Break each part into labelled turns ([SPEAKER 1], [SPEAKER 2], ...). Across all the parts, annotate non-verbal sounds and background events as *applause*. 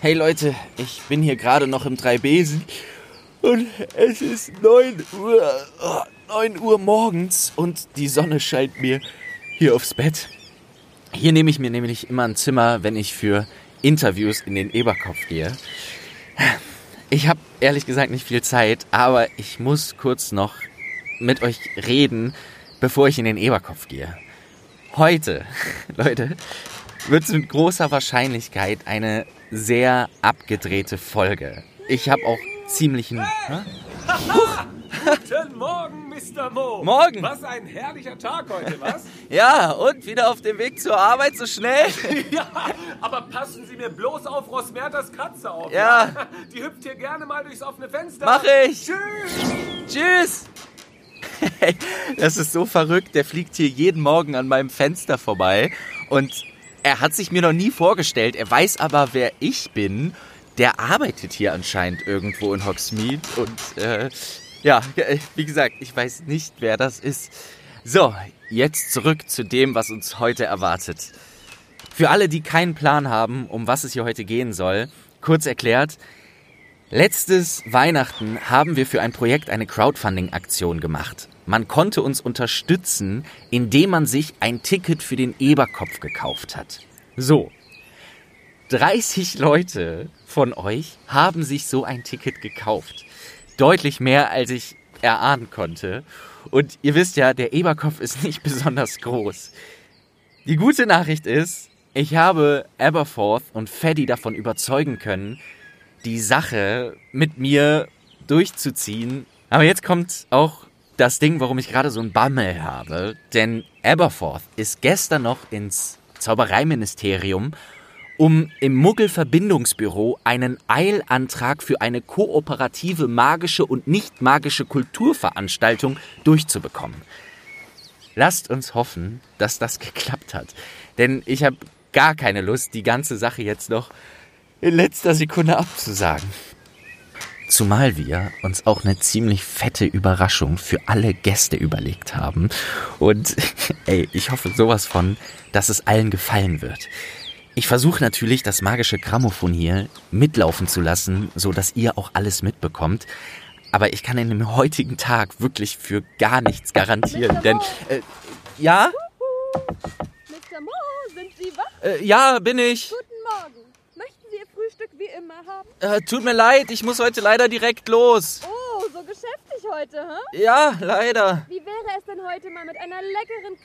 [SPEAKER 1] Hey Leute, ich bin hier gerade noch im 3Besen und es ist 9 Uhr, oh, 9 Uhr morgens und die Sonne scheint mir hier aufs Bett. Hier nehme ich mir nämlich immer ein Zimmer, wenn ich für Interviews in den Eberkopf gehe. Ich habe ehrlich gesagt nicht viel Zeit, aber ich muss kurz noch mit euch reden, bevor ich in den Eberkopf gehe. Heute, *laughs* Leute, wird es mit großer Wahrscheinlichkeit eine sehr abgedrehte Folge. Ich habe auch ziemlichen...
[SPEAKER 2] Guten Morgen, Mr. Mo.
[SPEAKER 1] Morgen.
[SPEAKER 2] Was ein herrlicher Tag heute,
[SPEAKER 1] *laughs*
[SPEAKER 2] was?
[SPEAKER 1] Ja, und wieder auf dem Weg zur Arbeit so schnell?
[SPEAKER 2] ja, aber passen Sie mir bloß auf Rosmertas Katze auf.
[SPEAKER 1] Ja.
[SPEAKER 2] Die hüpft hier gerne mal durchs offene Fenster.
[SPEAKER 1] Mach ich.
[SPEAKER 2] Tschüss.
[SPEAKER 1] Tschüss! *laughs* Hey, das ist so verrückt. Der fliegt hier jeden Morgen an meinem Fenster vorbei. Und er hat sich mir noch nie vorgestellt. Er weiß aber, wer ich bin. Der arbeitet hier anscheinend irgendwo in Hogsmeade. Und äh, ja, *laughs* äh, wie gesagt, ich weiß nicht, wer das ist. So, jetzt zurück zu dem, was uns heute erwartet. Für alle, die keinen Plan haben, um was es hier heute gehen soll, kurz erklärt, Letztes Weihnachten haben wir für ein Projekt eine Crowdfunding-Aktion gemacht. Man konnte uns unterstützen, indem man sich ein Ticket für den Eberkopf gekauft hat. So. 30 Leute von euch haben sich so ein Ticket gekauft. Deutlich mehr, als ich erahnen konnte. Und ihr wisst ja, der Eberkopf ist nicht *laughs* besonders groß. Die gute Nachricht ist, ich habe Aberforth und Freddy davon überzeugen können, die Sache mit mir durchzuziehen. Aber jetzt kommt auch das Ding, warum ich gerade so ein Bammel habe. Denn Aberforth ist gestern noch ins Zaubereiministerium, um im Muggel-Verbindungsbüro einen Eilantrag für eine kooperative magische und nicht magische Kulturveranstaltung durchzubekommen. Lasst uns hoffen, dass das geklappt hat. Denn ich habe gar keine Lust, die ganze Sache jetzt noch in letzter Sekunde abzusagen. Zumal wir uns auch eine ziemlich fette Überraschung für alle Gäste überlegt haben. Und *laughs* ey, ich hoffe sowas von, dass es allen gefallen wird. Ich versuche natürlich, das magische Grammophon hier mitlaufen zu lassen, so dass ihr auch alles mitbekommt. Aber ich kann in dem heutigen Tag wirklich für gar nichts garantieren, denn äh, ja,
[SPEAKER 3] Mr. Mo, sind Sie wach?
[SPEAKER 1] äh, ja bin ich.
[SPEAKER 3] Guten Morgen. Möchten Sie Ihr Frühstück wie immer haben?
[SPEAKER 1] Äh, tut mir leid, ich muss heute leider direkt los.
[SPEAKER 3] Oh, so geschäftig heute, hä?
[SPEAKER 1] Ja, leider.
[SPEAKER 3] Wie wäre es denn heute mal mit einer leckeren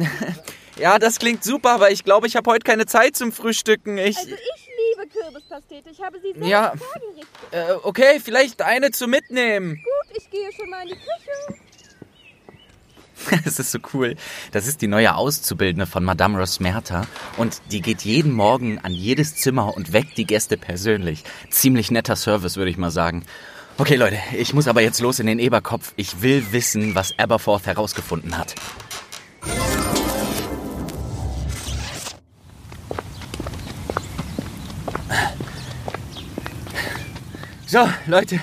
[SPEAKER 3] Kürbispastete?
[SPEAKER 1] Ja, das klingt super, aber ich glaube, ich habe heute keine Zeit zum Frühstücken. Ich.
[SPEAKER 3] Also ich liebe Kürbispastete. Ich habe sie selbst
[SPEAKER 1] Ja.
[SPEAKER 3] hergerichtet.
[SPEAKER 1] Äh, okay, vielleicht eine zu mitnehmen.
[SPEAKER 3] Gut, ich gehe schon mal in die Küche.
[SPEAKER 1] *laughs* Das ist so cool. Das ist die neue Auszubildende von Madame Rosmerta. Und die geht jeden Morgen an jedes Zimmer und weckt die Gäste persönlich. Ziemlich netter Service, würde ich mal sagen. Okay, Leute, ich muss aber jetzt los in den Eberkopf. Ich will wissen, was Aberforth herausgefunden hat. So, Leute,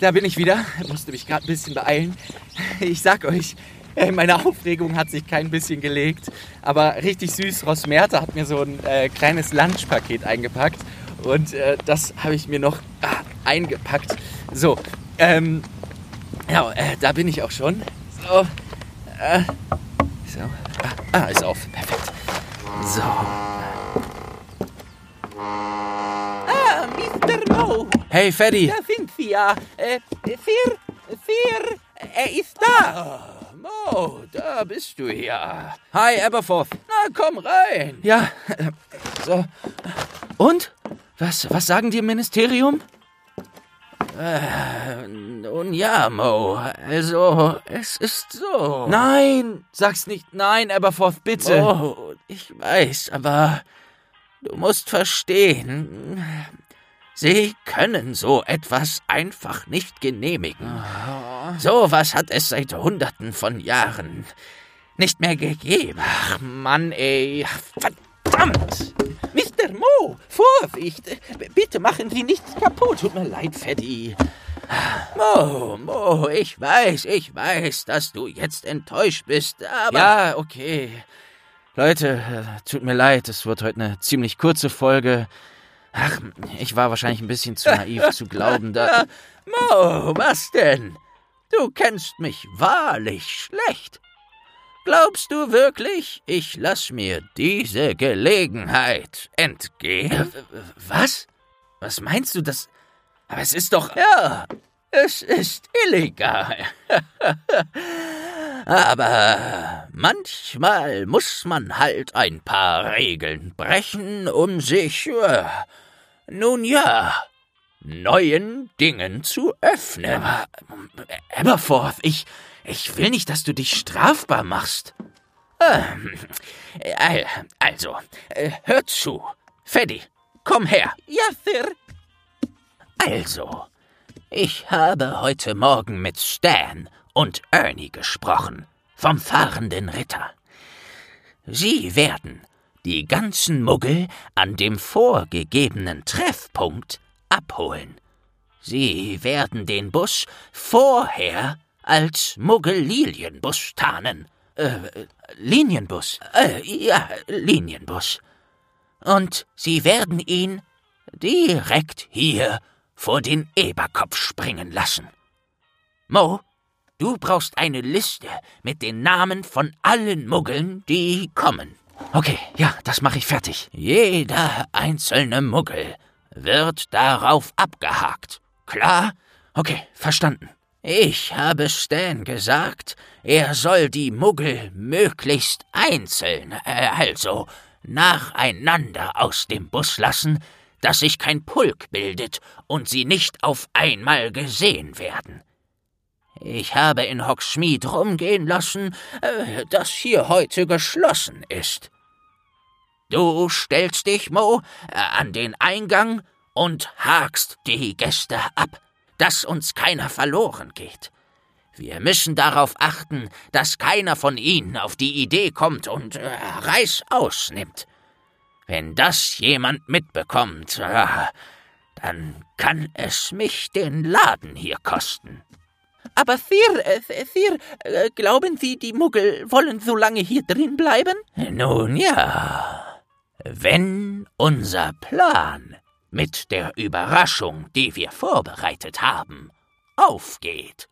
[SPEAKER 1] da bin ich wieder. Musste mich gerade ein bisschen beeilen. Ich sag euch, äh, meine Aufregung hat sich kein bisschen gelegt. Aber richtig süß, Rosmerta hat mir so ein äh, kleines Lunchpaket eingepackt. Und äh, das habe ich mir noch ah, eingepackt. So, ähm, ja, äh, da bin ich auch schon. So, äh, so. Ah, ah, ist auf. Perfekt. So.
[SPEAKER 4] Ah, Mr. Mo,
[SPEAKER 1] Hey, Freddy.
[SPEAKER 4] da sind Sie ja. Äh, vier, vier, er ist da.
[SPEAKER 1] Oh, da bist du ja. Hi, Aberforth.
[SPEAKER 4] Na, komm rein.
[SPEAKER 1] Ja, äh, so. Und? Was, was sagen die im Ministerium?
[SPEAKER 4] Äh, Nun ja, Mo, also, es ist so.
[SPEAKER 1] Nein, sag's nicht. Nein, Aberforth, bitte.
[SPEAKER 4] Oh, ich weiß, aber du musst verstehen, sie können so etwas einfach nicht genehmigen. So was hat es seit Hunderten von Jahren nicht mehr gegeben. Ach Mann, ey, verdammt! Mr. Mo, Vorsicht! B- Bitte machen Sie nichts kaputt. Tut mir leid, Freddy. Mo, Mo, ich weiß, ich weiß, dass du jetzt enttäuscht bist, aber...
[SPEAKER 1] Ja, okay. Leute, äh, tut mir leid, es wird heute eine ziemlich kurze Folge.
[SPEAKER 4] Ach, ich war wahrscheinlich ein bisschen zu naiv zu glauben, da. *laughs* Mo, was denn? Du kennst mich wahrlich schlecht. Glaubst du wirklich, ich lass mir diese Gelegenheit entgehen? Äh, Was? Was meinst du, das? Aber es ist doch. Ja, es ist illegal. *laughs* Aber manchmal muss man halt ein paar Regeln brechen, um sich, äh, nun ja, neuen Dingen zu öffnen. Aberforth, ich, ich will nicht, dass du dich strafbar machst. Ähm, äh, also, äh, hör zu. Freddy, komm her. Ja, Sir. Also, ich habe heute Morgen mit Stan und Ernie gesprochen, vom fahrenden Ritter. Sie werden die ganzen Muggel an dem vorgegebenen Treffpunkt abholen. Sie werden den Bus vorher als Muggel-Lilienbus tarnen. Äh, Linienbus? Äh, ja, Linienbus. Und sie werden ihn direkt hier vor den Eberkopf springen lassen. Mo, du brauchst eine Liste mit den Namen von allen Muggeln, die kommen. Okay, ja, das mache ich fertig. Jeder einzelne Muggel wird darauf abgehakt. Klar? Okay, verstanden. Ich habe Stan gesagt, er soll die Muggel möglichst einzeln, äh, also nacheinander aus dem Bus lassen, dass sich kein Pulk bildet und sie nicht auf einmal gesehen werden. Ich habe in Hogsmeade rumgehen lassen, äh, dass hier heute geschlossen ist. Du stellst dich, Mo, äh, an den Eingang und hakst die Gäste ab, dass uns keiner verloren geht. Wir müssen darauf achten, dass keiner von ihnen auf die Idee kommt und äh, Reis ausnimmt. Wenn das jemand mitbekommt, äh, dann kann es mich den Laden hier kosten. Aber Sir, Sir, äh, glauben Sie, die Muggel wollen so lange hier drin bleiben? Nun ja. Wenn unser Plan mit der Überraschung, die wir vorbereitet haben, aufgeht,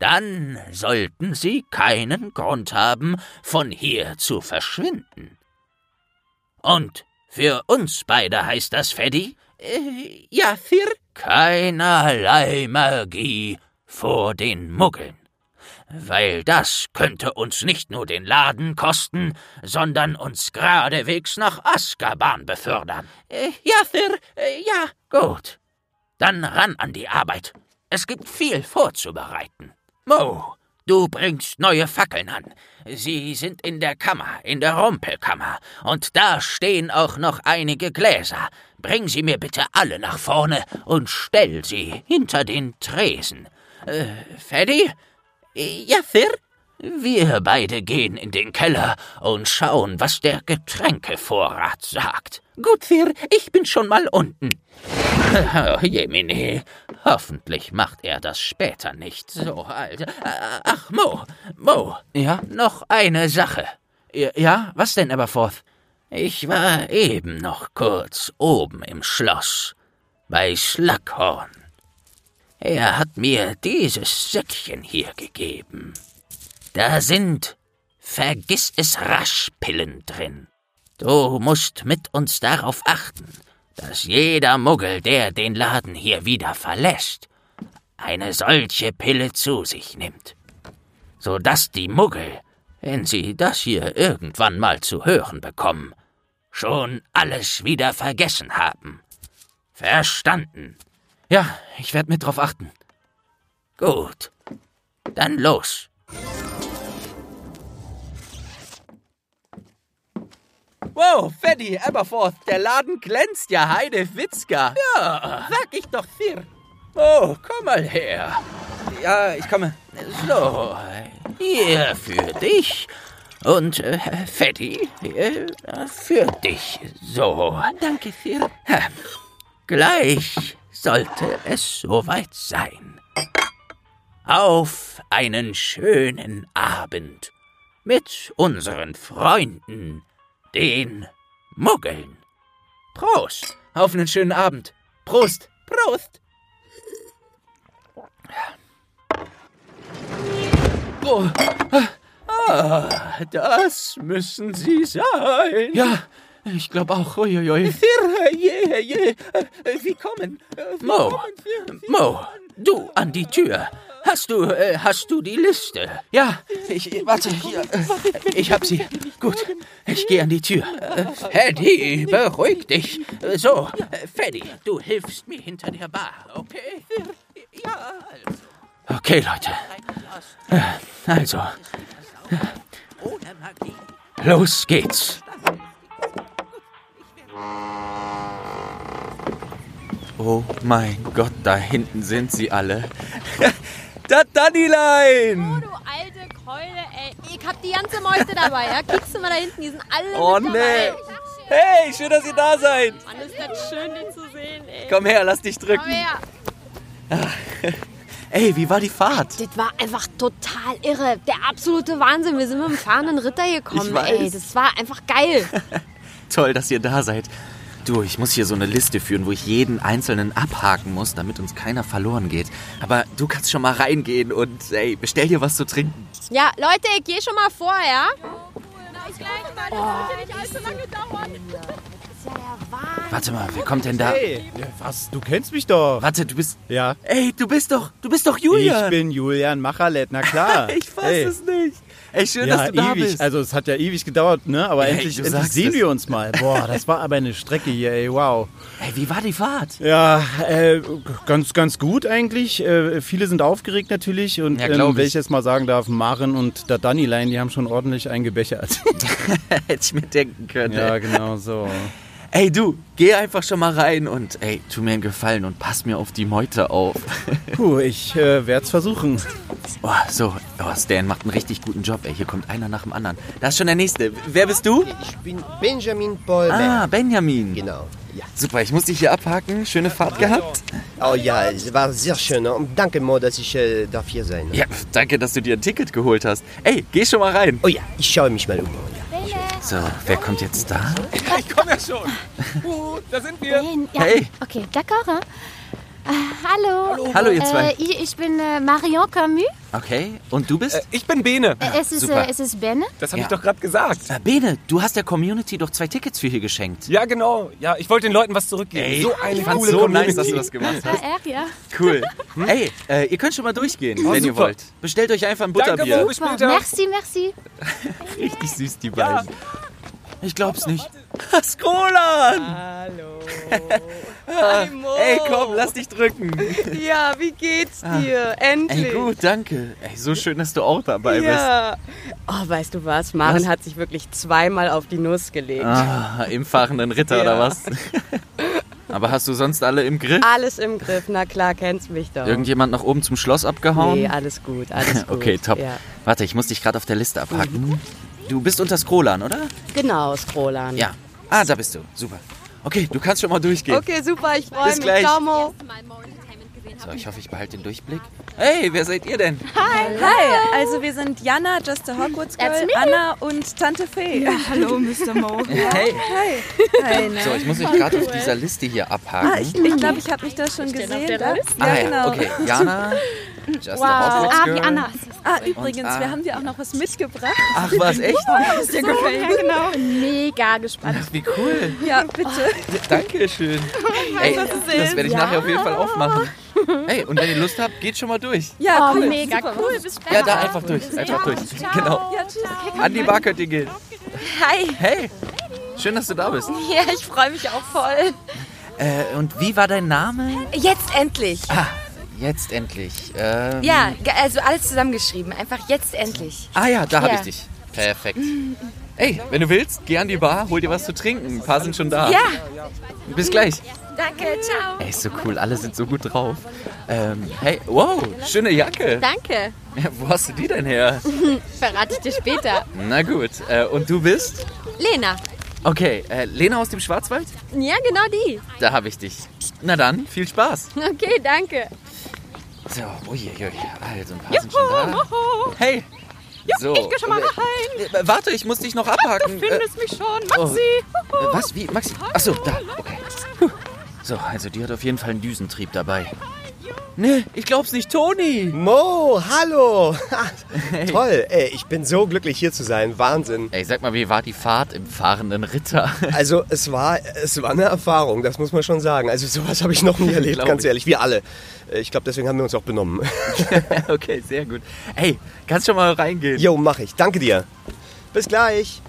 [SPEAKER 4] dann sollten Sie keinen Grund haben, von hier zu verschwinden. Und für uns beide heißt das, Freddy? ja, Sir? Keinerlei Magie vor den Muggeln. Weil das könnte uns nicht nur den Laden kosten, sondern uns geradewegs nach Azkaban befördern. Äh, ja, Sir, äh, ja. Gut. Dann ran an die Arbeit. Es gibt viel vorzubereiten. Mo, du bringst neue Fackeln an. Sie sind in der Kammer, in der Rumpelkammer. Und da stehen auch noch einige Gläser. Bring sie mir bitte alle nach vorne und stell sie hinter den Tresen. Äh, Freddy? Ja, Sir? Wir beide gehen in den Keller und schauen, was der Getränkevorrat sagt. Gut, Sir, ich bin schon mal *laughs* unten. Oh, Jemini, hoffentlich macht er das später nicht. So, also. Ach, Mo, Mo. Ja? Noch eine Sache. Ja, was denn, Aberforth? Ich war eben noch kurz oben im Schloss. Bei Slughorn. Er hat mir dieses Säckchen hier gegeben. Da sind Vergiss es rasch Pillen drin. Du musst mit uns darauf achten, dass jeder Muggel, der den Laden hier wieder verlässt, eine solche Pille zu sich nimmt. Sodass die Muggel, wenn sie das hier irgendwann mal zu hören bekommen, schon alles wieder vergessen haben. Verstanden. Ja, ich werde mit drauf achten. Gut. Dann los.
[SPEAKER 1] Wow, Freddy, Aberforth, der Laden glänzt ja, Heide Witzka.
[SPEAKER 4] Ah,
[SPEAKER 1] Sag ich doch, Sir.
[SPEAKER 4] Oh, komm mal her.
[SPEAKER 1] Ja, ich komme.
[SPEAKER 4] So, hier für dich. Und äh, Fetti, äh, für dich. So.
[SPEAKER 1] Danke, Sir.
[SPEAKER 4] Gleich sollte es soweit sein. Auf einen schönen Abend mit unseren Freunden, den Muggeln. Prost! Auf einen schönen Abend. Prost. Prost. Oh. Ah, das müssen sie sein.
[SPEAKER 1] Ja, ich glaube auch. Uiuiui.
[SPEAKER 4] Wie Äh, kommen? Mo, Mo, du an die Tür. Hast du, äh, hast du die Liste?
[SPEAKER 1] Ja, ich äh, warte hier.
[SPEAKER 4] Äh, Ich hab sie. Gut, ich gehe an die Tür. Äh, Freddy, beruhig dich. Äh, So, äh, Freddy, du hilfst mir hinter der Bar, okay? Ja, also.
[SPEAKER 1] Okay, Leute,
[SPEAKER 4] Also,
[SPEAKER 5] Ohne Magie.
[SPEAKER 4] los geht's.
[SPEAKER 1] Oh mein Gott, da hinten sind sie *laughs* alle. Das Dannylein!
[SPEAKER 3] du alte Keule, ey. Ich hab die ganze Meute dabei, ja. Kickst du mal da hinten, die sind alle
[SPEAKER 1] Oh
[SPEAKER 3] mit
[SPEAKER 1] nee!
[SPEAKER 3] dabei.
[SPEAKER 1] Hey, schön, dass ihr da seid!
[SPEAKER 3] Mann, ist das schön, den zu sehen, ey.
[SPEAKER 1] Komm her, lass dich
[SPEAKER 3] Aber
[SPEAKER 1] drücken. Ah,
[SPEAKER 3] ja,
[SPEAKER 1] *laughs* Ey, wie war die Fahrt?
[SPEAKER 3] das war einfach total irre. Der absolute Wahnsinn. Wir sind mit dem fahrenden Ritter
[SPEAKER 1] Ich
[SPEAKER 3] gekommen,
[SPEAKER 1] weiß.
[SPEAKER 3] ey. Das war einfach geil.
[SPEAKER 1] Toll, dass ihr da seid. Du, ich muss hier so eine Liste führen, wo ich jeden einzelnen abhaken muss, damit uns keiner verloren geht. Aber du kannst schon mal reingehen und ey, bestell dir was zu trinken.
[SPEAKER 3] Ja, Leute, ich gehe schon mal vor, ja? Oh.
[SPEAKER 1] Warte mal, wer kommt denn da?
[SPEAKER 6] Was? Du kennst mich doch.
[SPEAKER 1] Warte, du bist
[SPEAKER 6] Ja.
[SPEAKER 1] Ey, du bist doch, du bist doch Julian.
[SPEAKER 6] Ich bin Julian Machalet, na *laughs* klar.
[SPEAKER 1] Ich fass
[SPEAKER 6] Ey.
[SPEAKER 1] es nicht. Ey, schön,
[SPEAKER 6] Ja,
[SPEAKER 1] dass du da
[SPEAKER 6] ewig.
[SPEAKER 1] bist.
[SPEAKER 6] Also es hat ja ewig gedauert, ne? Aber
[SPEAKER 1] Ey,
[SPEAKER 6] endlich,
[SPEAKER 1] du
[SPEAKER 6] endlich
[SPEAKER 1] sagst
[SPEAKER 6] sehen
[SPEAKER 1] es.
[SPEAKER 6] wir uns mal. Boah, das war aber eine Strecke hier, ey, wow.
[SPEAKER 1] Ey, wie war die Fahrt?
[SPEAKER 6] Ja, äh, ganz, ganz gut eigentlich. Äh, viele sind aufgeregt natürlich und ähm,
[SPEAKER 1] Ja, glaub ich.
[SPEAKER 6] wenn ich jetzt mal sagen darf, Maren und der Dannylein, die haben schon ordentlich eingebechert.
[SPEAKER 1] *laughs* Hätte ich mir denken
[SPEAKER 6] *laughs*
[SPEAKER 1] können.
[SPEAKER 6] ja,
[SPEAKER 1] ey.
[SPEAKER 6] genau so.
[SPEAKER 1] Ey, du, geh einfach schon mal rein und ey, tu mir einen Gefallen und pass mir auf die Meute auf.
[SPEAKER 6] Puh, ich äh, werde es versuchen.
[SPEAKER 1] Oh, so, oh, Stan macht einen richtig guten Job, ey. Hier kommt einer nach dem anderen. Da ist schon der nächste. Wer bist du?
[SPEAKER 7] Ich bin Benjamin Bollmann.
[SPEAKER 1] Ah, Benjamin.
[SPEAKER 7] Genau. Ja.
[SPEAKER 1] Super, ich muss dich hier abhaken. Schöne Fahrt gehabt.
[SPEAKER 7] Oh ja, es war sehr schön.
[SPEAKER 6] ne?
[SPEAKER 7] Und danke, Mo, dass ich äh, darf hier sein.
[SPEAKER 1] Ja, danke, dass du dir ein Ticket geholt hast. Ey, geh schon mal rein.
[SPEAKER 7] Oh ja, ich schaue mich mal um. Oh, ja.
[SPEAKER 1] So, wer kommt jetzt da?
[SPEAKER 2] Komm ja
[SPEAKER 1] *laughs*
[SPEAKER 2] schon. Uh, da sind wir.
[SPEAKER 8] Ja,
[SPEAKER 1] Hey.
[SPEAKER 8] Okay, d'accord. hein? Äh, hallo. Hallo,
[SPEAKER 1] Hallo, ihr zwei.
[SPEAKER 8] Äh, ich, ich bin äh, Marion Camus.
[SPEAKER 1] Okay, und du bist?
[SPEAKER 2] Ich bin Bene.
[SPEAKER 8] Äh, es, ist,
[SPEAKER 1] super.
[SPEAKER 8] äh, es ist Benne.
[SPEAKER 2] Das habe
[SPEAKER 1] Ja.
[SPEAKER 2] ich doch gerade gesagt.
[SPEAKER 1] Äh, Bene, du hast der Community doch zwei Tickets für hier geschenkt.
[SPEAKER 2] Ja, genau. Ja, ich wollte den Leuten was zurückgeben.
[SPEAKER 1] Ey,
[SPEAKER 2] so eine
[SPEAKER 1] ich fand's
[SPEAKER 2] coole
[SPEAKER 1] so nice,
[SPEAKER 2] Community. Hm?
[SPEAKER 1] dass du das gemacht hast.
[SPEAKER 8] Ah, er, ja.
[SPEAKER 1] Cool. Ey, äh, ihr könnt schon mal durchgehen, wenn ihr
[SPEAKER 2] super.
[SPEAKER 1] wollt. Bestellt euch einfach ein
[SPEAKER 2] Danke,
[SPEAKER 1] Butterbier.
[SPEAKER 2] Mo, bis
[SPEAKER 8] Super.
[SPEAKER 2] später.
[SPEAKER 8] Merci, merci.
[SPEAKER 1] Richtig süß, die beiden. Ich glaub's nicht. *laughs* Skrolan! Hallo. Ey, komm, lass dich drücken.
[SPEAKER 9] Ja, wie geht's dir? Endlich.
[SPEAKER 1] Ah. Ey, gut, danke. Ey, so schön, dass du auch dabei bist.
[SPEAKER 9] Ja. Oh, weißt du was? Maren
[SPEAKER 1] Was?
[SPEAKER 9] hat sich wirklich zweimal auf die Nuss gelegt.
[SPEAKER 1] Ah, Im fahrenden Ritter
[SPEAKER 9] Ja.
[SPEAKER 1] oder was? Aber hast du sonst alle im Griff?
[SPEAKER 9] Alles im Griff, na klar, kennst mich
[SPEAKER 10] Ah.
[SPEAKER 9] doch.
[SPEAKER 1] Irgendjemand nach oben zum Schloss abgehauen?
[SPEAKER 9] nee, alles gut, alles gut.
[SPEAKER 1] *laughs* okay, top.
[SPEAKER 9] Ja.
[SPEAKER 1] Warte, ich muss dich gerade auf der Liste abhaken. Du bist unter Skrolan, oder?
[SPEAKER 9] Genau, Scrollan.
[SPEAKER 1] Ja. Ah, da bist du. Super. Okay, du kannst schon mal durchgehen.
[SPEAKER 9] Okay, super, ich freue
[SPEAKER 1] Bis
[SPEAKER 9] mich.
[SPEAKER 1] gleich.
[SPEAKER 9] Ciao, Mo.
[SPEAKER 1] So, ich hoffe, ich behalte den Durchblick. Hey, wer seid ihr denn?
[SPEAKER 11] Hi, also wir sind Jana, Just a Hogwarts Girl, Anna und Tante Fee. hallo, Mr. *laughs* Mo.
[SPEAKER 1] Hey.
[SPEAKER 11] Hi, ne?
[SPEAKER 1] So, ich muss mich gerade auf dieser Liste hier abhaken.
[SPEAKER 3] Ah,
[SPEAKER 11] Ich glaube, ich habe mich da schon gesehen. Da.
[SPEAKER 1] Ah,
[SPEAKER 11] Ja, genau.
[SPEAKER 1] Okay, Jana. Just a Hogwarts
[SPEAKER 8] Ah, wie
[SPEAKER 1] Girl.
[SPEAKER 8] Anna.
[SPEAKER 11] Ah, übrigens,
[SPEAKER 1] Und, ah.
[SPEAKER 11] wir haben dir auch noch was mitgebracht.
[SPEAKER 1] *laughs* Ach, was, echt?
[SPEAKER 8] Mega gespannt.
[SPEAKER 1] Wie cool.
[SPEAKER 11] Ja, bitte. *laughs*
[SPEAKER 1] Dankeschön. Ey, das werde ich nachher auf jeden Fall aufmachen. Hey, und wenn ihr Lust habt, geht schon mal durch.
[SPEAKER 11] Ja,
[SPEAKER 8] Oh,
[SPEAKER 11] cool.
[SPEAKER 8] mega
[SPEAKER 11] Super.
[SPEAKER 8] cool.
[SPEAKER 11] Bis
[SPEAKER 1] Ja, da einfach durch. Einfach durch. Genau.
[SPEAKER 11] Ja, tschüss.
[SPEAKER 1] An die Bar könnt ihr gehen.
[SPEAKER 11] Hi.
[SPEAKER 1] Hey, schön, dass du da bist.
[SPEAKER 11] Ja, ich freue mich auch voll.
[SPEAKER 1] Äh, und wie war dein Name?
[SPEAKER 11] Jetzt endlich.
[SPEAKER 1] Ah, jetzt endlich. Ähm,
[SPEAKER 11] Ja, ge- also alles zusammengeschrieben. Einfach jetzt endlich.
[SPEAKER 1] Ah ja, da habe
[SPEAKER 11] Ja.
[SPEAKER 1] ich dich. Perfekt. Ey, wenn du willst, geh an die Bar, hol dir was zu trinken. Ein paar sind schon da.
[SPEAKER 11] Ja,
[SPEAKER 1] Bis gleich.
[SPEAKER 11] danke, ciao.
[SPEAKER 1] Ey, ist so cool, alle sind so gut drauf. Ähm, hey, wow, schöne Jacke.
[SPEAKER 3] Danke.
[SPEAKER 1] Ja, Wo hast du die denn her?
[SPEAKER 3] Verrate ich dir später.
[SPEAKER 1] Na gut, äh, und du bist?
[SPEAKER 3] Lena.
[SPEAKER 1] Okay, äh, Lena aus dem Schwarzwald?
[SPEAKER 3] Ja, genau die.
[SPEAKER 1] Da habe ich dich. Na dann, viel Spaß.
[SPEAKER 3] Okay, danke.
[SPEAKER 1] So, uiuiui, also ein paar sind schon da. Hey, so.
[SPEAKER 9] ich geh schon mal
[SPEAKER 1] äh, äh, Warte, ich muss dich noch abhaken. Äh,
[SPEAKER 9] Du findest mich schon,
[SPEAKER 1] Oh.
[SPEAKER 9] Maxi.
[SPEAKER 1] Äh, Was? Wie? Maxi? Achso, da. Okay. Puh. So, also die hat auf jeden Fall einen Düsentrieb dabei. Nee, ich glaub's nicht, Toni!
[SPEAKER 6] Mo, hallo! *laughs* Ah, Toll, ey, ich bin so glücklich hier zu sein. Wahnsinn.
[SPEAKER 1] Ey, sag mal, wie war die Fahrt im fahrenden Ritter?
[SPEAKER 6] Also es war, es war eine Erfahrung, das muss man schon sagen. Also sowas habe ich
[SPEAKER 7] *laughs*
[SPEAKER 6] noch nie erlebt,
[SPEAKER 1] Glaub
[SPEAKER 6] ganz
[SPEAKER 1] ich.
[SPEAKER 6] ehrlich. Wir alle. Äh, Ich glaube, deswegen haben wir uns auch benommen.
[SPEAKER 1] *laughs*
[SPEAKER 6] *laughs*
[SPEAKER 1] okay, sehr gut. Ey, kannst schon mal reingehen?
[SPEAKER 6] Jo, mach ich. Danke dir. Bis gleich.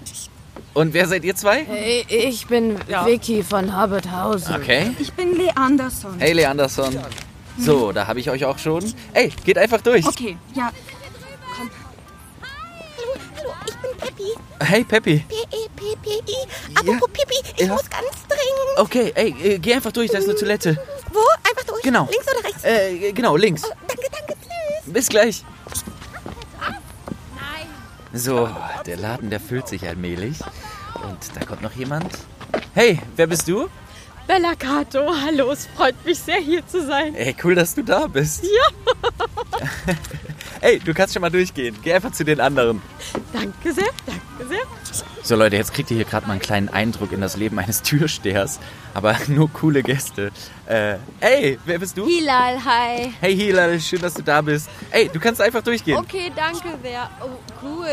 [SPEAKER 1] Und wer seid ihr zwei?
[SPEAKER 3] Ich bin Vicky von Hobbithausen.
[SPEAKER 1] Okay.
[SPEAKER 3] Ich bin Leanderson.
[SPEAKER 1] Hey, Leanderson. So, da habe ich euch auch schon. Ey, geht einfach durch.
[SPEAKER 3] Okay, ja.
[SPEAKER 12] Hallo, ich bin Pippi.
[SPEAKER 1] Hey, Peppi.
[SPEAKER 12] P-E-P-P-I. Apropos Pippi, ich
[SPEAKER 1] Ja.
[SPEAKER 12] muss ganz dringend.
[SPEAKER 1] Okay, ey, äh, geh einfach durch, da ist eine Toilette.
[SPEAKER 12] Wo? Einfach durch?
[SPEAKER 1] Genau.
[SPEAKER 12] Links oder rechts?
[SPEAKER 1] Äh, genau, links.
[SPEAKER 12] Danke, danke, tschüss.
[SPEAKER 1] Bis gleich. So, der Laden, der füllt sich allmählich. Und da kommt noch jemand. Hey, wer bist du?
[SPEAKER 13] Bella Cato, hallo, es freut mich sehr, hier zu sein.
[SPEAKER 1] Ey, cool, dass du da bist.
[SPEAKER 13] Ja,
[SPEAKER 1] *laughs* Ey, du kannst schon mal durchgehen. Geh einfach zu den anderen.
[SPEAKER 13] danke sehr, danke sehr.
[SPEAKER 1] So Leute, jetzt kriegt ihr hier gerade mal einen kleinen Eindruck in das Leben eines Türstehers. Aber *laughs* nur coole Gäste. Äh, ey, wer bist du?
[SPEAKER 14] Hilal, hi.
[SPEAKER 1] Hey Hilal, schön, dass du da bist. Ey, du kannst einfach durchgehen.
[SPEAKER 14] Okay, danke, wer. Oh, cool.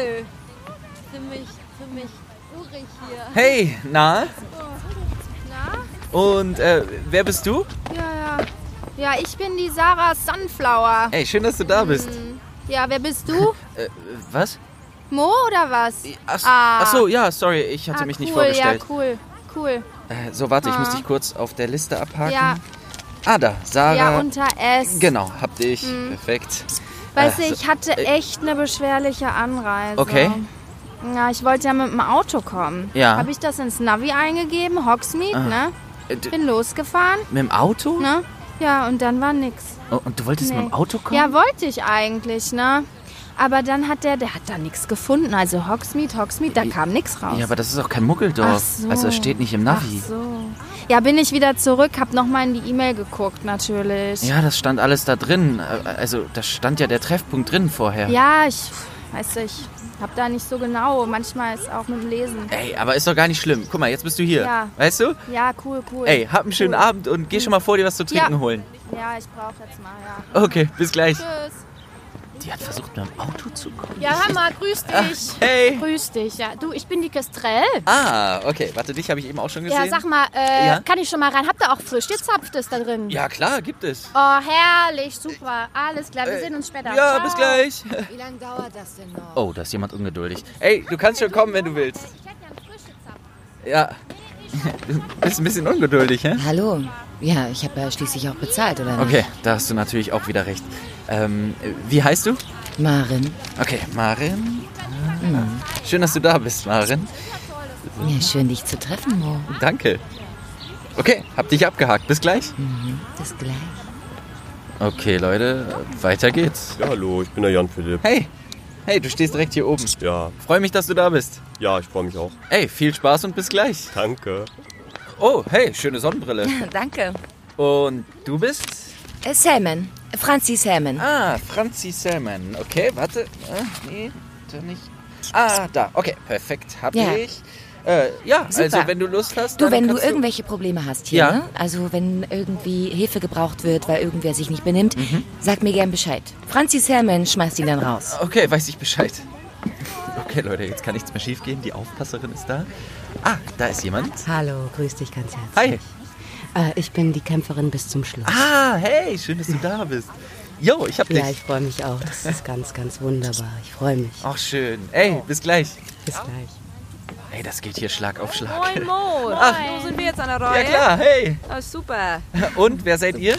[SPEAKER 14] Ziemlich, ziemlich urig hier.
[SPEAKER 1] Hey, na? Und äh, wer bist du?
[SPEAKER 8] Ja, ja. Ja, ich bin die Sarah Sunflower.
[SPEAKER 1] Ey, schön, dass du da bist.
[SPEAKER 8] Ja, wer bist du?
[SPEAKER 1] Äh, was?
[SPEAKER 8] Mo oder was?
[SPEAKER 1] Ach,
[SPEAKER 8] Ah.
[SPEAKER 1] ach so, ja, sorry, ich hatte
[SPEAKER 8] Ah,
[SPEAKER 1] mich nicht
[SPEAKER 8] cool,
[SPEAKER 1] vorgestellt.
[SPEAKER 8] Ja, cool, cool.
[SPEAKER 1] Äh, so, warte, ich muss
[SPEAKER 8] Ah.
[SPEAKER 1] dich kurz auf der Liste abhaken.
[SPEAKER 8] Ja,
[SPEAKER 1] Ah, da, Sarah.
[SPEAKER 8] ja, unter S.
[SPEAKER 1] Genau, hab dich.
[SPEAKER 8] Mhm.
[SPEAKER 1] Perfekt.
[SPEAKER 8] Weißt du,
[SPEAKER 1] Äh, so-
[SPEAKER 8] ich hatte echt eine beschwerliche Anreise.
[SPEAKER 1] Okay.
[SPEAKER 8] Ja, ich wollte ja mit dem Auto kommen.
[SPEAKER 1] Ja.
[SPEAKER 8] Habe ich das ins Navi eingegeben, Hogsmeade,
[SPEAKER 1] Ah.
[SPEAKER 8] ne?
[SPEAKER 1] Äh, d-
[SPEAKER 8] Bin losgefahren,
[SPEAKER 1] Mit dem Auto?
[SPEAKER 8] ne? Ja, und dann war nix.
[SPEAKER 1] Oh, und du wolltest
[SPEAKER 8] Nee.
[SPEAKER 1] mit dem Auto kommen?
[SPEAKER 8] Ja, wollte ich eigentlich, ne? Aber dann hat der, der hat da nichts gefunden. Also Hogsmeade, Hogsmeade, da kam nichts raus.
[SPEAKER 1] Äh, Ja, aber das ist auch kein Muggeldorf.
[SPEAKER 8] Ach so.
[SPEAKER 1] Also es steht nicht im Navi.
[SPEAKER 8] Ach so. Ja, bin ich wieder zurück, hab nochmal in die E-Mail geguckt, natürlich.
[SPEAKER 1] Ja, das stand alles da drin. Äh, Also da stand ja der Treffpunkt drin vorher.
[SPEAKER 8] Ja, ich, weißt du, ich hab da nicht so genau. Manchmal ist auch mit dem Lesen.
[SPEAKER 1] Ey, aber ist doch gar nicht schlimm. Guck mal, jetzt bist du hier.
[SPEAKER 8] Ja.
[SPEAKER 1] Weißt du?
[SPEAKER 8] Ja, cool, cool.
[SPEAKER 1] Ey, hab einen schönen
[SPEAKER 8] cool.
[SPEAKER 1] Abend und geh schon mal vor dir was zu trinken
[SPEAKER 8] ja.
[SPEAKER 1] holen.
[SPEAKER 8] Ja, ich brauch jetzt mal, ja.
[SPEAKER 1] Okay, bis gleich.
[SPEAKER 8] Tschüss.
[SPEAKER 1] Die hat versucht, mit dem Auto zu kommen.
[SPEAKER 3] Ja, Hammer, grüß
[SPEAKER 1] Ah.
[SPEAKER 3] dich.
[SPEAKER 1] hey.
[SPEAKER 3] Grüß dich, ja. Du, ich bin die Kestrel.
[SPEAKER 1] Ah, okay. Warte, dich habe ich eben auch schon gesehen.
[SPEAKER 3] Ja, sag mal, äh,
[SPEAKER 1] Ja?
[SPEAKER 3] kann ich schon mal rein? Habt ihr auch frisch gezapftes da drin?
[SPEAKER 1] Ja, klar, gibt es.
[SPEAKER 3] Oh, herrlich, super. Alles klar, wir sehen uns
[SPEAKER 8] Oh,
[SPEAKER 3] später.
[SPEAKER 1] ja,
[SPEAKER 3] Ciao.
[SPEAKER 1] bis gleich.
[SPEAKER 3] Wie lange dauert das denn noch?
[SPEAKER 1] Oh, da ist jemand ungeduldig. Ey, du kannst schon kommen, wenn du willst. Ja. *laughs* Bist ein bisschen ungeduldig, hä?
[SPEAKER 15] Hallo. Ja, ich habe ja schließlich auch bezahlt, oder nicht?
[SPEAKER 1] Okay, da hast du natürlich auch wieder recht. Ähm, wie heißt du?
[SPEAKER 15] Marin.
[SPEAKER 1] Okay, Marin.
[SPEAKER 15] Hm.
[SPEAKER 1] Schön, dass du da bist, Marin.
[SPEAKER 15] Ja, schön, dich zu treffen, Mo.
[SPEAKER 1] Danke. Okay, hab dich abgehakt. Bis gleich.
[SPEAKER 15] Mhm, bis gleich.
[SPEAKER 1] Okay, Leute, weiter geht's.
[SPEAKER 6] Ja, hallo, ich bin der Jan Philipp.
[SPEAKER 1] Hey, hey, du stehst direkt hier oben.
[SPEAKER 6] Ja.
[SPEAKER 1] Freue mich, dass du da bist.
[SPEAKER 6] Ja, ich freue mich auch.
[SPEAKER 1] Ey, viel Spaß und bis gleich.
[SPEAKER 6] Danke.
[SPEAKER 1] Oh, hey, schöne Sonnenbrille.
[SPEAKER 15] *laughs* Danke.
[SPEAKER 1] Und du bist?
[SPEAKER 15] Äh, Salmon. Franzi Salmon.
[SPEAKER 1] Ah, Franzi Salmon. Okay, warte. Ah, nee, da nicht. Ah, da. Okay, perfekt. Hab
[SPEAKER 15] Ja.
[SPEAKER 1] ich. Äh, ja,
[SPEAKER 15] Super.
[SPEAKER 1] also wenn du Lust hast,
[SPEAKER 15] Du,
[SPEAKER 1] dann
[SPEAKER 15] wenn du
[SPEAKER 1] kannst du
[SPEAKER 15] irgendwelche Probleme hast hier,
[SPEAKER 1] Ja.
[SPEAKER 15] ne? also wenn irgendwie Hilfe gebraucht wird, weil irgendwer sich nicht benimmt,
[SPEAKER 1] Mhm.
[SPEAKER 15] sag mir gern Bescheid. Franzi Salmon schmeißt ihn dann raus.
[SPEAKER 1] Okay, weiß ich Bescheid. Okay, Leute, jetzt kann nichts mehr schiefgehen. Die Aufpasserin ist da. Ah, da ist jemand.
[SPEAKER 16] Hallo, grüß dich ganz
[SPEAKER 1] Hi.
[SPEAKER 16] herzlich. Hi. Äh, ich bin die Kämpferin bis zum Schluss.
[SPEAKER 1] Ah, hey, schön, dass du da bist. Yo, ich hab dich.
[SPEAKER 16] Ja, ich freue mich auch. Das ist ganz, ganz wunderbar. Ich freue mich.
[SPEAKER 1] Ach, schön. Ey, bis gleich.
[SPEAKER 16] Bis gleich.
[SPEAKER 1] Ey, das geht hier Schlag auf Schlag.
[SPEAKER 17] Moin Mo,
[SPEAKER 1] Ach.
[SPEAKER 17] so sind wir jetzt an der Reihe.
[SPEAKER 1] Ja, klar, hey.
[SPEAKER 17] Ah, super.
[SPEAKER 1] Und, wer seid ihr?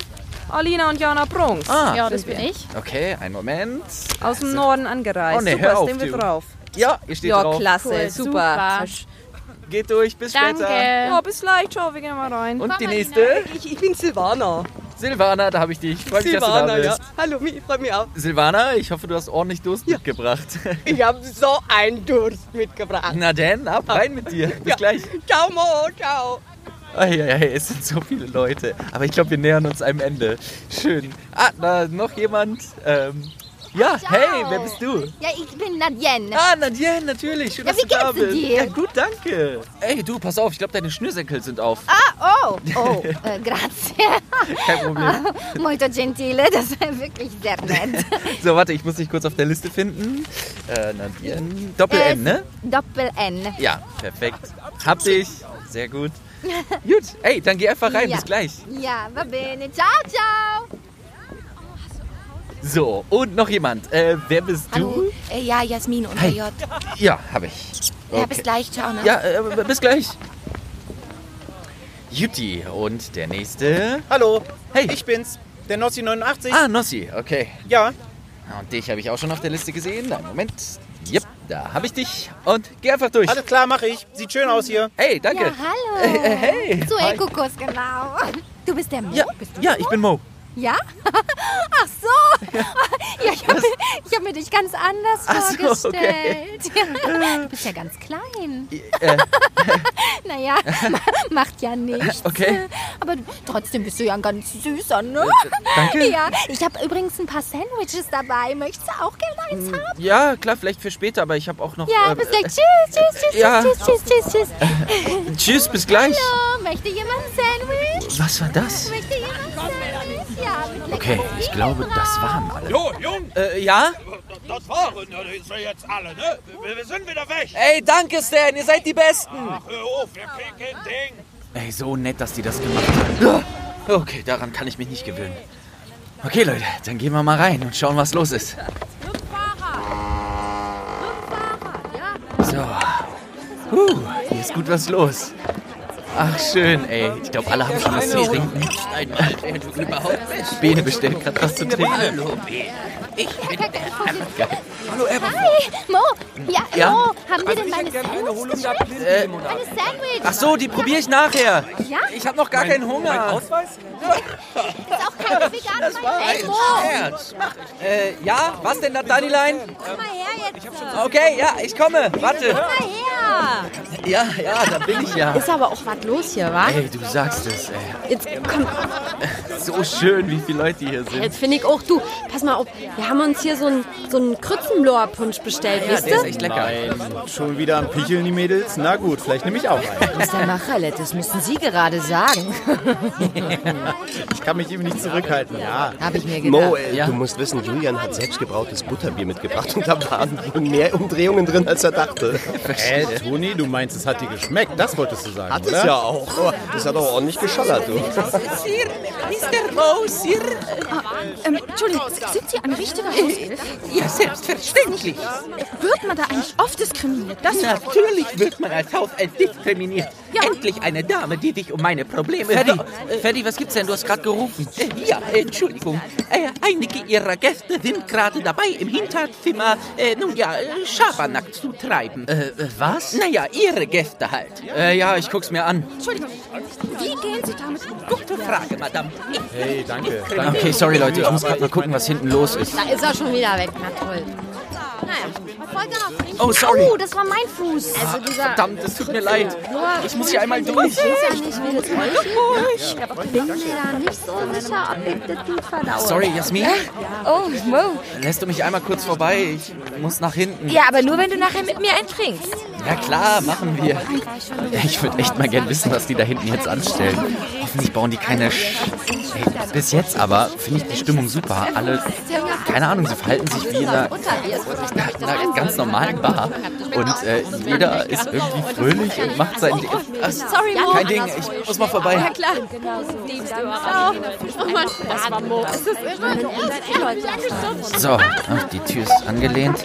[SPEAKER 17] Alina und Jana Prunks.
[SPEAKER 1] Ah,
[SPEAKER 17] ja,
[SPEAKER 1] sind
[SPEAKER 17] das bin
[SPEAKER 1] wir.
[SPEAKER 17] ich.
[SPEAKER 1] Okay, einen Moment.
[SPEAKER 17] Aus dem Norden angereist.
[SPEAKER 1] Oh, nee,
[SPEAKER 17] super,
[SPEAKER 1] hör auf,
[SPEAKER 17] stehen wir
[SPEAKER 1] du.
[SPEAKER 17] drauf.
[SPEAKER 1] Ja, ihr steht
[SPEAKER 17] ja,
[SPEAKER 1] drauf.
[SPEAKER 17] klasse,
[SPEAKER 1] Cool,
[SPEAKER 17] super.
[SPEAKER 1] Geht durch, bis später.
[SPEAKER 17] Ja, bis gleich, ciao, wir gehen mal rein.
[SPEAKER 1] Und die nächste?
[SPEAKER 10] Ich, ich bin Silvana.
[SPEAKER 1] Silvana, da habe ich dich. Freue mich, dass du da
[SPEAKER 10] Silvana,
[SPEAKER 1] bist.
[SPEAKER 10] ja. Hallo, ich freue mich auch.
[SPEAKER 1] Silvana, ich hoffe, du hast ordentlich Durst mitgebracht. *laughs*
[SPEAKER 10] Ich habe so einen Durst mitgebracht.
[SPEAKER 1] Na denn, ab rein mit *laughs* dir. Bis gleich.
[SPEAKER 10] Ciao, Mo, ciao.
[SPEAKER 1] Eieiei, es sind so viele Leute. Aber ich glaube, wir nähern uns einem Ende. Schön. Ah, da noch jemand. Ähm, Ja,
[SPEAKER 8] Ciao.
[SPEAKER 1] hey, wer bist du?
[SPEAKER 8] Ja, ich bin Nadine.
[SPEAKER 1] Ah, Nadine, natürlich. Schön,
[SPEAKER 8] Ja,
[SPEAKER 1] dass
[SPEAKER 8] wie
[SPEAKER 1] du da
[SPEAKER 8] geht's denn
[SPEAKER 1] bist.
[SPEAKER 8] dir?
[SPEAKER 1] Ja, gut, danke. Ey, du, pass auf, ich glaube, deine Schnürsenkel sind auf.
[SPEAKER 8] Ah, oh, oh, äh, grazie. *laughs*
[SPEAKER 1] Kein *laughs* Problem.
[SPEAKER 8] Molto gentile, das war wirklich sehr
[SPEAKER 1] *laughs*
[SPEAKER 8] nett.
[SPEAKER 1] So, warte, ich muss dich kurz auf der Liste finden. Äh, Nadine. Doppel-N, ne?
[SPEAKER 8] Doppel-N.
[SPEAKER 1] Ja, perfekt. Hab dich. Sehr
[SPEAKER 8] *laughs*
[SPEAKER 1] gut. Gut, ey, dann geh einfach rein.
[SPEAKER 8] Ja.
[SPEAKER 1] Bis gleich.
[SPEAKER 8] Ja, va bene. Ciao, ciao.
[SPEAKER 1] So, und noch jemand. Äh, wer bist du?
[SPEAKER 18] Hallo. Äh, ja, Jasmin und
[SPEAKER 1] Hi.
[SPEAKER 18] J.
[SPEAKER 1] Ja, habe ich.
[SPEAKER 18] Ja, bis gleich. Ciao, ne?
[SPEAKER 1] Ja, äh, bis gleich. Juti, und der nächste.
[SPEAKER 6] Hallo.
[SPEAKER 1] Hey.
[SPEAKER 6] Ich bin's. Der Nossi 89.
[SPEAKER 1] Ah, Nossi, okay.
[SPEAKER 6] Ja.
[SPEAKER 1] Und dich habe ich auch schon auf der Liste gesehen. Einen Moment. Yep, da habe ich dich. Und geh einfach durch.
[SPEAKER 6] Alles klar, mache ich. Sieht schön aus hier.
[SPEAKER 1] Hey, danke.
[SPEAKER 8] Ja, hallo.
[SPEAKER 1] Äh, äh, hey.
[SPEAKER 8] Zu
[SPEAKER 1] Hi.
[SPEAKER 8] Ekukus, genau. Du bist der Mo?
[SPEAKER 1] Ja,
[SPEAKER 8] Bist du
[SPEAKER 1] ja,
[SPEAKER 8] der
[SPEAKER 1] ich
[SPEAKER 8] Mo?
[SPEAKER 1] bin Mo.
[SPEAKER 8] Ja? Ach so. Ja, ich habe hab mir dich ganz anders
[SPEAKER 18] Ach so,
[SPEAKER 8] vorgestellt. *laughs* Du bist ja ganz klein.
[SPEAKER 1] Äh,
[SPEAKER 8] *laughs* Naja, ma- macht ja nichts.
[SPEAKER 1] Okay.
[SPEAKER 8] Aber trotzdem bist du ja ein ganz süßer, ne?
[SPEAKER 1] Äh, danke.
[SPEAKER 8] Ja, ich habe übrigens ein paar Sandwiches dabei. Möchtest du auch gerne eins haben?
[SPEAKER 1] ja, klar, vielleicht für später, aber ich habe auch noch.
[SPEAKER 8] Ja,
[SPEAKER 1] Hm. äh,
[SPEAKER 8] bis gleich.
[SPEAKER 1] äh,
[SPEAKER 8] Tschüss, tschüss, tschüss,
[SPEAKER 1] ja. Äh.
[SPEAKER 8] tschüss, tschüss, tschüss, tschüss.
[SPEAKER 1] Tschüss, bis gleich.
[SPEAKER 8] Hallo, möchte jemand ein Sandwich?
[SPEAKER 1] Was war das?
[SPEAKER 8] Möchte jemand ein Sandwich? Ja, mit leckerem
[SPEAKER 1] Okay, ich glaube, das waren alle.
[SPEAKER 13] Jo, Jung!
[SPEAKER 1] Äh, ja?
[SPEAKER 13] Das waren ja jetzt alle, ne? Wir, wir sind wieder weg.
[SPEAKER 1] Äh.
[SPEAKER 10] Ey, danke, Stan, ihr seid die Besten.
[SPEAKER 13] Ach, hör auf, wir kriegen kein Ding.
[SPEAKER 1] Ey, so nett, dass die das gemacht haben. Okay, daran kann ich mich nicht gewöhnen. Okay, Leute, dann gehen wir mal rein und schauen, was los ist. So. Huh, hier ist gut was los. Ach, schön, ey. Ich glaube, alle haben schon was zu trinken.
[SPEAKER 10] Einmal, wer du überhaupt bist.
[SPEAKER 1] Bene bestellt gerade was zu trinken.
[SPEAKER 10] Hallo, Bene. Ich bin der
[SPEAKER 1] Geil.
[SPEAKER 8] Hallo, Hi, Mo. Ja,
[SPEAKER 1] Ja?
[SPEAKER 8] Mo, haben wir
[SPEAKER 1] Also,
[SPEAKER 8] denn
[SPEAKER 1] ich
[SPEAKER 8] meine Sandwich geschickt?
[SPEAKER 1] Äh,
[SPEAKER 8] Meine Sandwich.
[SPEAKER 1] ach so, die probiere ich nachher.
[SPEAKER 8] Ja?
[SPEAKER 1] Ich habe noch gar keinen Hunger.
[SPEAKER 10] mein
[SPEAKER 1] Ausweis?
[SPEAKER 8] Ist auch kein vegan. Das war hey,
[SPEAKER 10] ein
[SPEAKER 8] Mo.
[SPEAKER 10] Scherz. Äh, ja, was denn, Nathanielein?
[SPEAKER 8] Komm mal her jetzt.
[SPEAKER 10] Okay, ja, ich komme. Warte.
[SPEAKER 8] Komm mal her.
[SPEAKER 1] Ja, ja, da bin ich ja.
[SPEAKER 3] Ist aber auch was los hier, wa?
[SPEAKER 1] Ey, du sagst es, ey.
[SPEAKER 3] Jetzt komm,
[SPEAKER 1] So schön, wie viele Leute hier sind.
[SPEAKER 3] jetzt finde ich auch du. Pass mal auf, wir haben uns hier so einen so einen Krützenlohr-Punsch bestellt, wisst ihr?
[SPEAKER 6] Nein, schon wieder am Picheln, die Mädels. Na gut, vielleicht nehme ich auch einen.
[SPEAKER 18] Mr. Machalet, das müssen Sie gerade sagen.
[SPEAKER 6] Ich kann mich eben nicht zurückhalten. Ja.
[SPEAKER 18] Habe ich mir gedacht.
[SPEAKER 5] Mo, äh, du musst wissen, Julian hat selbstgebrautes Butterbier mitgebracht und da waren wohl mehr Umdrehungen drin, als er dachte.
[SPEAKER 6] Äh, Toni, du meinst, es hat dir geschmeckt. Das wolltest du sagen,
[SPEAKER 5] Hat
[SPEAKER 6] oder?
[SPEAKER 5] es ja auch. Oh, Das hat auch ordentlich geschallert, du.
[SPEAKER 13] Sir, Mr. Mo, Sir.
[SPEAKER 8] Ähm, Entschuldigung, sind Sie ein richtiger *laughs* Haushilfe?
[SPEAKER 13] Ja, selbstverständlich.
[SPEAKER 8] Wird man da eigentlich oft diskriminiert? Das
[SPEAKER 10] Natürlich wird man als Hauself diskriminiert. Endlich eine Dame, die dich um meine Probleme...
[SPEAKER 1] Ferdi,
[SPEAKER 10] Äh,
[SPEAKER 1] Ferdi, was gibt's denn? Du hast gerade gerufen.
[SPEAKER 10] äh, Ja, Entschuldigung. Äh, einige Ihrer Gäste sind gerade dabei, im Hinterzimmer, äh, nun ja, äh, Schabernack zu treiben.
[SPEAKER 1] Äh, äh, was?
[SPEAKER 10] Naja, Ihre Gäste halt.
[SPEAKER 1] Äh, ja, ich guck's mir an.
[SPEAKER 8] Entschuldigung, wie gehen Sie damit um?
[SPEAKER 10] Gute Frage, Madame.
[SPEAKER 6] Hey, danke. danke.
[SPEAKER 1] Okay, sorry, Leute, ich muss gerade mal gucken, was hinten los ist.
[SPEAKER 3] Da ist er schon wieder weg, na toll.
[SPEAKER 1] Oh, sorry.
[SPEAKER 8] Oh, das war mein Fuß. Also dieser
[SPEAKER 1] Verdammt, es tut mir leid. Ich muss hier einmal durch.
[SPEAKER 8] Ich bin mir da nicht so sicher, ob ich das gut verdaue.
[SPEAKER 1] Sorry, Jasmin.
[SPEAKER 18] Oh, Mo.
[SPEAKER 1] Lässt du mich einmal kurz vorbei? Ich muss nach hinten.
[SPEAKER 18] Ja, aber nur, wenn du nachher mit mir einen trinkst.
[SPEAKER 1] Ja, klar, machen wir. Ich würde echt mal gern wissen, was die da hinten jetzt anstellen. Hoffentlich bauen die keine... Sch Ey, bis jetzt aber finde ich die Stimmung super. Alle, keine Ahnung, sie verhalten sich wie in einer, in einer ganz normalen Bar. Und äh, jeder ist irgendwie fröhlich und macht sein Ding. Ach,
[SPEAKER 3] Sorry, Mo.
[SPEAKER 1] Kein Ding, ich muss mal vorbei.
[SPEAKER 3] Ja, klar. Ciao. Oh Mann, das war Mo. Ist das irre?
[SPEAKER 1] So, ah, die Tür ist angelehnt.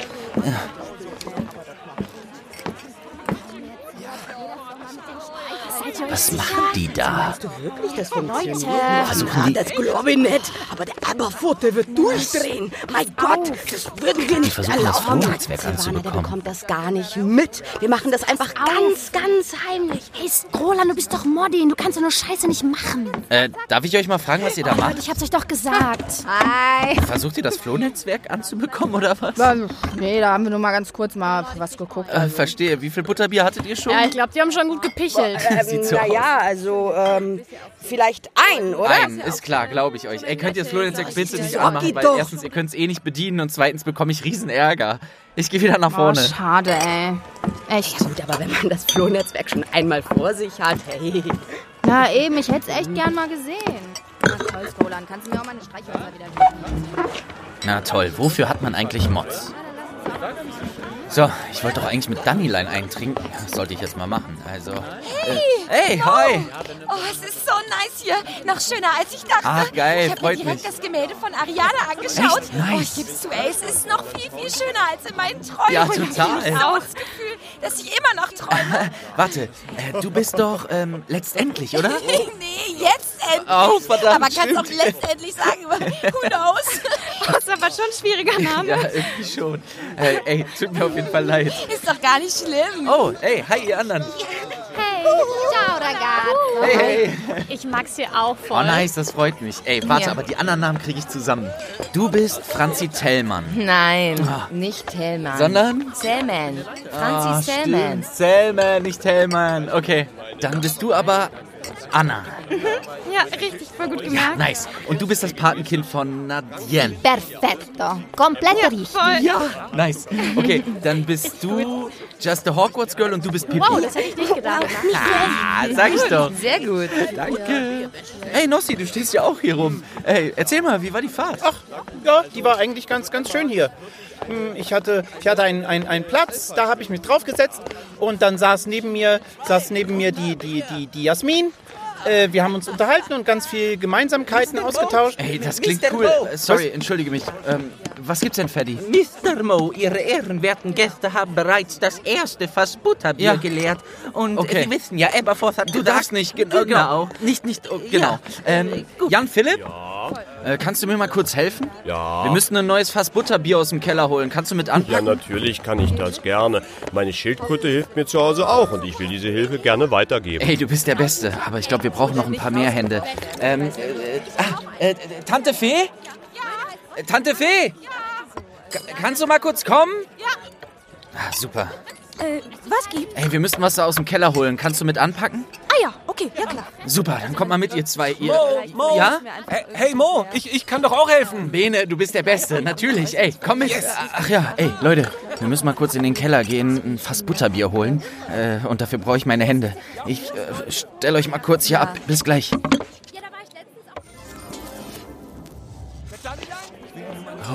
[SPEAKER 1] Was machen die da?
[SPEAKER 13] du wirklich das
[SPEAKER 10] Also
[SPEAKER 1] Versuchen die,
[SPEAKER 13] Das glaube ich nicht, aber der Aberfote wird durchdrehen. Mein Gott, das würden wir
[SPEAKER 1] die
[SPEAKER 13] nicht
[SPEAKER 1] versuchen das
[SPEAKER 13] erlauben.
[SPEAKER 1] Flohnetzwerk anzubekommen.
[SPEAKER 8] kommt das gar nicht mit. Wir machen das einfach
[SPEAKER 10] *laughs*
[SPEAKER 8] ganz, ganz heimlich. Hey, Roland, du bist doch Moddin. Du kannst so eine Scheiße nicht machen.
[SPEAKER 1] Äh, darf ich euch mal fragen, was ihr da macht?
[SPEAKER 8] Ich hab's euch doch *laughs* gesagt. Hi.
[SPEAKER 1] Versucht ihr das Flohnetzwerk anzubekommen oder was?
[SPEAKER 19] Nee, da haben wir nur mal ganz kurz mal was geguckt.
[SPEAKER 1] Äh, verstehe. Wie viel Butterbier hattet ihr schon?
[SPEAKER 3] Ja, ich glaube, die haben schon gut gepichelt.
[SPEAKER 1] Sieht so
[SPEAKER 20] Naja, also ähm, vielleicht ein, oder?
[SPEAKER 1] Nein, ist klar, glaube ich euch. Ey, könnt ihr das Florian bitte nicht anmachen, weil
[SPEAKER 20] doch.
[SPEAKER 1] erstens, ihr könnt es eh nicht bedienen und zweitens bekomme ich riesen Ärger. Ich gehe wieder nach vorne.
[SPEAKER 21] Oh, schade, ey. Echt.
[SPEAKER 20] Gut, aber wenn man das Flohnetzwerk schon einmal vor sich hat, hey.
[SPEAKER 21] Na eben, ich hätte es echt gern mal gesehen. Na toll, Roland, kannst du mir auch meine Streichhölzer wieder geben?
[SPEAKER 22] Na toll, wofür hat man eigentlich Mods? So, ich wollte doch eigentlich mit Dannylein eintrinken. Das sollte ich jetzt mal machen. Also.
[SPEAKER 1] äh,
[SPEAKER 22] Hey! Hey, hi!
[SPEAKER 23] Oh, es ist so nice hier. Noch schöner, als ich dachte.
[SPEAKER 22] Ach, geil,
[SPEAKER 23] ich hab
[SPEAKER 22] freut
[SPEAKER 23] mir direkt
[SPEAKER 22] mich.
[SPEAKER 23] das Gemälde von Ariana angeschaut.
[SPEAKER 22] Echt? Nice.
[SPEAKER 23] Oh, ich geb's zu, ey, es ist noch viel, viel schöner als in meinen Träumen.
[SPEAKER 22] Ja,
[SPEAKER 23] Ich
[SPEAKER 22] total.
[SPEAKER 23] hab so das Gefühl, dass ich immer noch träume.
[SPEAKER 22] Warte, äh, du bist doch ähm, letztendlich, oder?
[SPEAKER 23] nee, jetzt endlich.
[SPEAKER 22] Oh, verdammt,
[SPEAKER 23] Aber kannst auch
[SPEAKER 22] stimmt.
[SPEAKER 23] letztendlich sagen,
[SPEAKER 8] *laughs*
[SPEAKER 23] weil who knows? das ist aber schon ein schwieriger
[SPEAKER 1] Ja, irgendwie schon. Äh, ey, tut mir auf jeden Fall leid.
[SPEAKER 23] Ist doch gar nicht schlimm.
[SPEAKER 1] Oh, ey, hi ihr anderen.
[SPEAKER 8] Hey, ciao ragazzi.
[SPEAKER 1] Hey,
[SPEAKER 8] Ich mag's hier auch voll.
[SPEAKER 1] Oh nice, das freut mich. Ey, warte,
[SPEAKER 8] Ja.
[SPEAKER 1] aber die anderen Namen kriege ich zusammen. Du bist Franzi Tellmann.
[SPEAKER 10] Hm.
[SPEAKER 24] Nein,
[SPEAKER 1] Ah.
[SPEAKER 24] nicht Tellmann.
[SPEAKER 1] Sondern?
[SPEAKER 24] Selman.
[SPEAKER 1] Ah,
[SPEAKER 24] Franzi Selman.
[SPEAKER 1] stimmt. Selman, nicht Tellmann. Okay. Dann bist du aber Anna.
[SPEAKER 8] Ja, richtig, voll gut
[SPEAKER 1] Ja,
[SPEAKER 8] gemacht.
[SPEAKER 1] nice. Und du bist das Patenkind von Nadien.
[SPEAKER 8] Perfetto. Komplett richtig. Voll.
[SPEAKER 1] Ja. Nice. Okay, dann bist du Just a Hogwarts Girl und du bist Pippi.
[SPEAKER 8] Wow, das hätte ich nicht gedacht.
[SPEAKER 1] Ah, sag ich doch.
[SPEAKER 24] Sehr gut.
[SPEAKER 1] Danke. Hey Nossi, du stehst ja auch hier rum. Ey, erzähl mal, wie war die Fahrt?
[SPEAKER 6] Ach, ja, die war eigentlich ganz, ganz schön hier. Hm, Ich hatte, ich hatte einen, einen, einen Platz, da habe ich mich draufgesetzt und dann saß neben mir, saß neben mir die, die, die, die Jasmin. Äh, wir haben uns unterhalten und ganz viel Gemeinsamkeiten ausgetauscht.
[SPEAKER 1] Ey, das klingt cool. Äh, Sorry, entschuldige mich. Ähm, was gibt's denn, Freddy?
[SPEAKER 10] Mr. Mo, Ihre ehrenwerten Gäste haben bereits das erste Fass Butterbier
[SPEAKER 1] Ja.
[SPEAKER 10] geleert. Und
[SPEAKER 1] Okay.
[SPEAKER 10] okay. Sie wissen ja, Aberforth hat
[SPEAKER 1] Du
[SPEAKER 10] gesagt,
[SPEAKER 1] darfst nicht, genau. genau. Nicht, nicht, oh, genau. Ähm, Jan Philipp? Äh, kannst du mir mal kurz helfen?
[SPEAKER 25] Ja.
[SPEAKER 1] Wir müssen ein neues Fass Butterbier aus dem Keller holen. Kannst du mit anpacken?
[SPEAKER 25] Ja, natürlich kann ich das gerne. Meine Schildkröte hilft mir zu Hause auch und ich will diese Hilfe gerne weitergeben.
[SPEAKER 1] Ey, du bist der Beste, aber ich glaube, wir brauchen noch ein paar mehr Hände. Ähm, äh, äh, ah, äh, äh, Tante Fee? Äh, Tante Fee? Ka- Kannst du mal kurz kommen? Ja. Ah, super.
[SPEAKER 26] Äh, was gibt's?
[SPEAKER 1] Ey, wir müssen was da aus dem Keller holen. Kannst du mit anpacken?
[SPEAKER 26] Ah ja, okay, ja klar.
[SPEAKER 1] Super, dann kommt mal mit, ihr zwei. Ihr,
[SPEAKER 27] Mo, Mo.
[SPEAKER 1] Ja?
[SPEAKER 27] Hey, hey, Mo,
[SPEAKER 1] ich, ich kann doch auch helfen. Bene, du bist der Beste, natürlich. Ey, komm mit. Ach ja, ey, Leute, wir müssen mal kurz in den Keller gehen, ein Fass Butterbier holen. Äh, und dafür brauche ich meine Hände. Ich äh, stelle euch mal kurz hier ab. Bis gleich.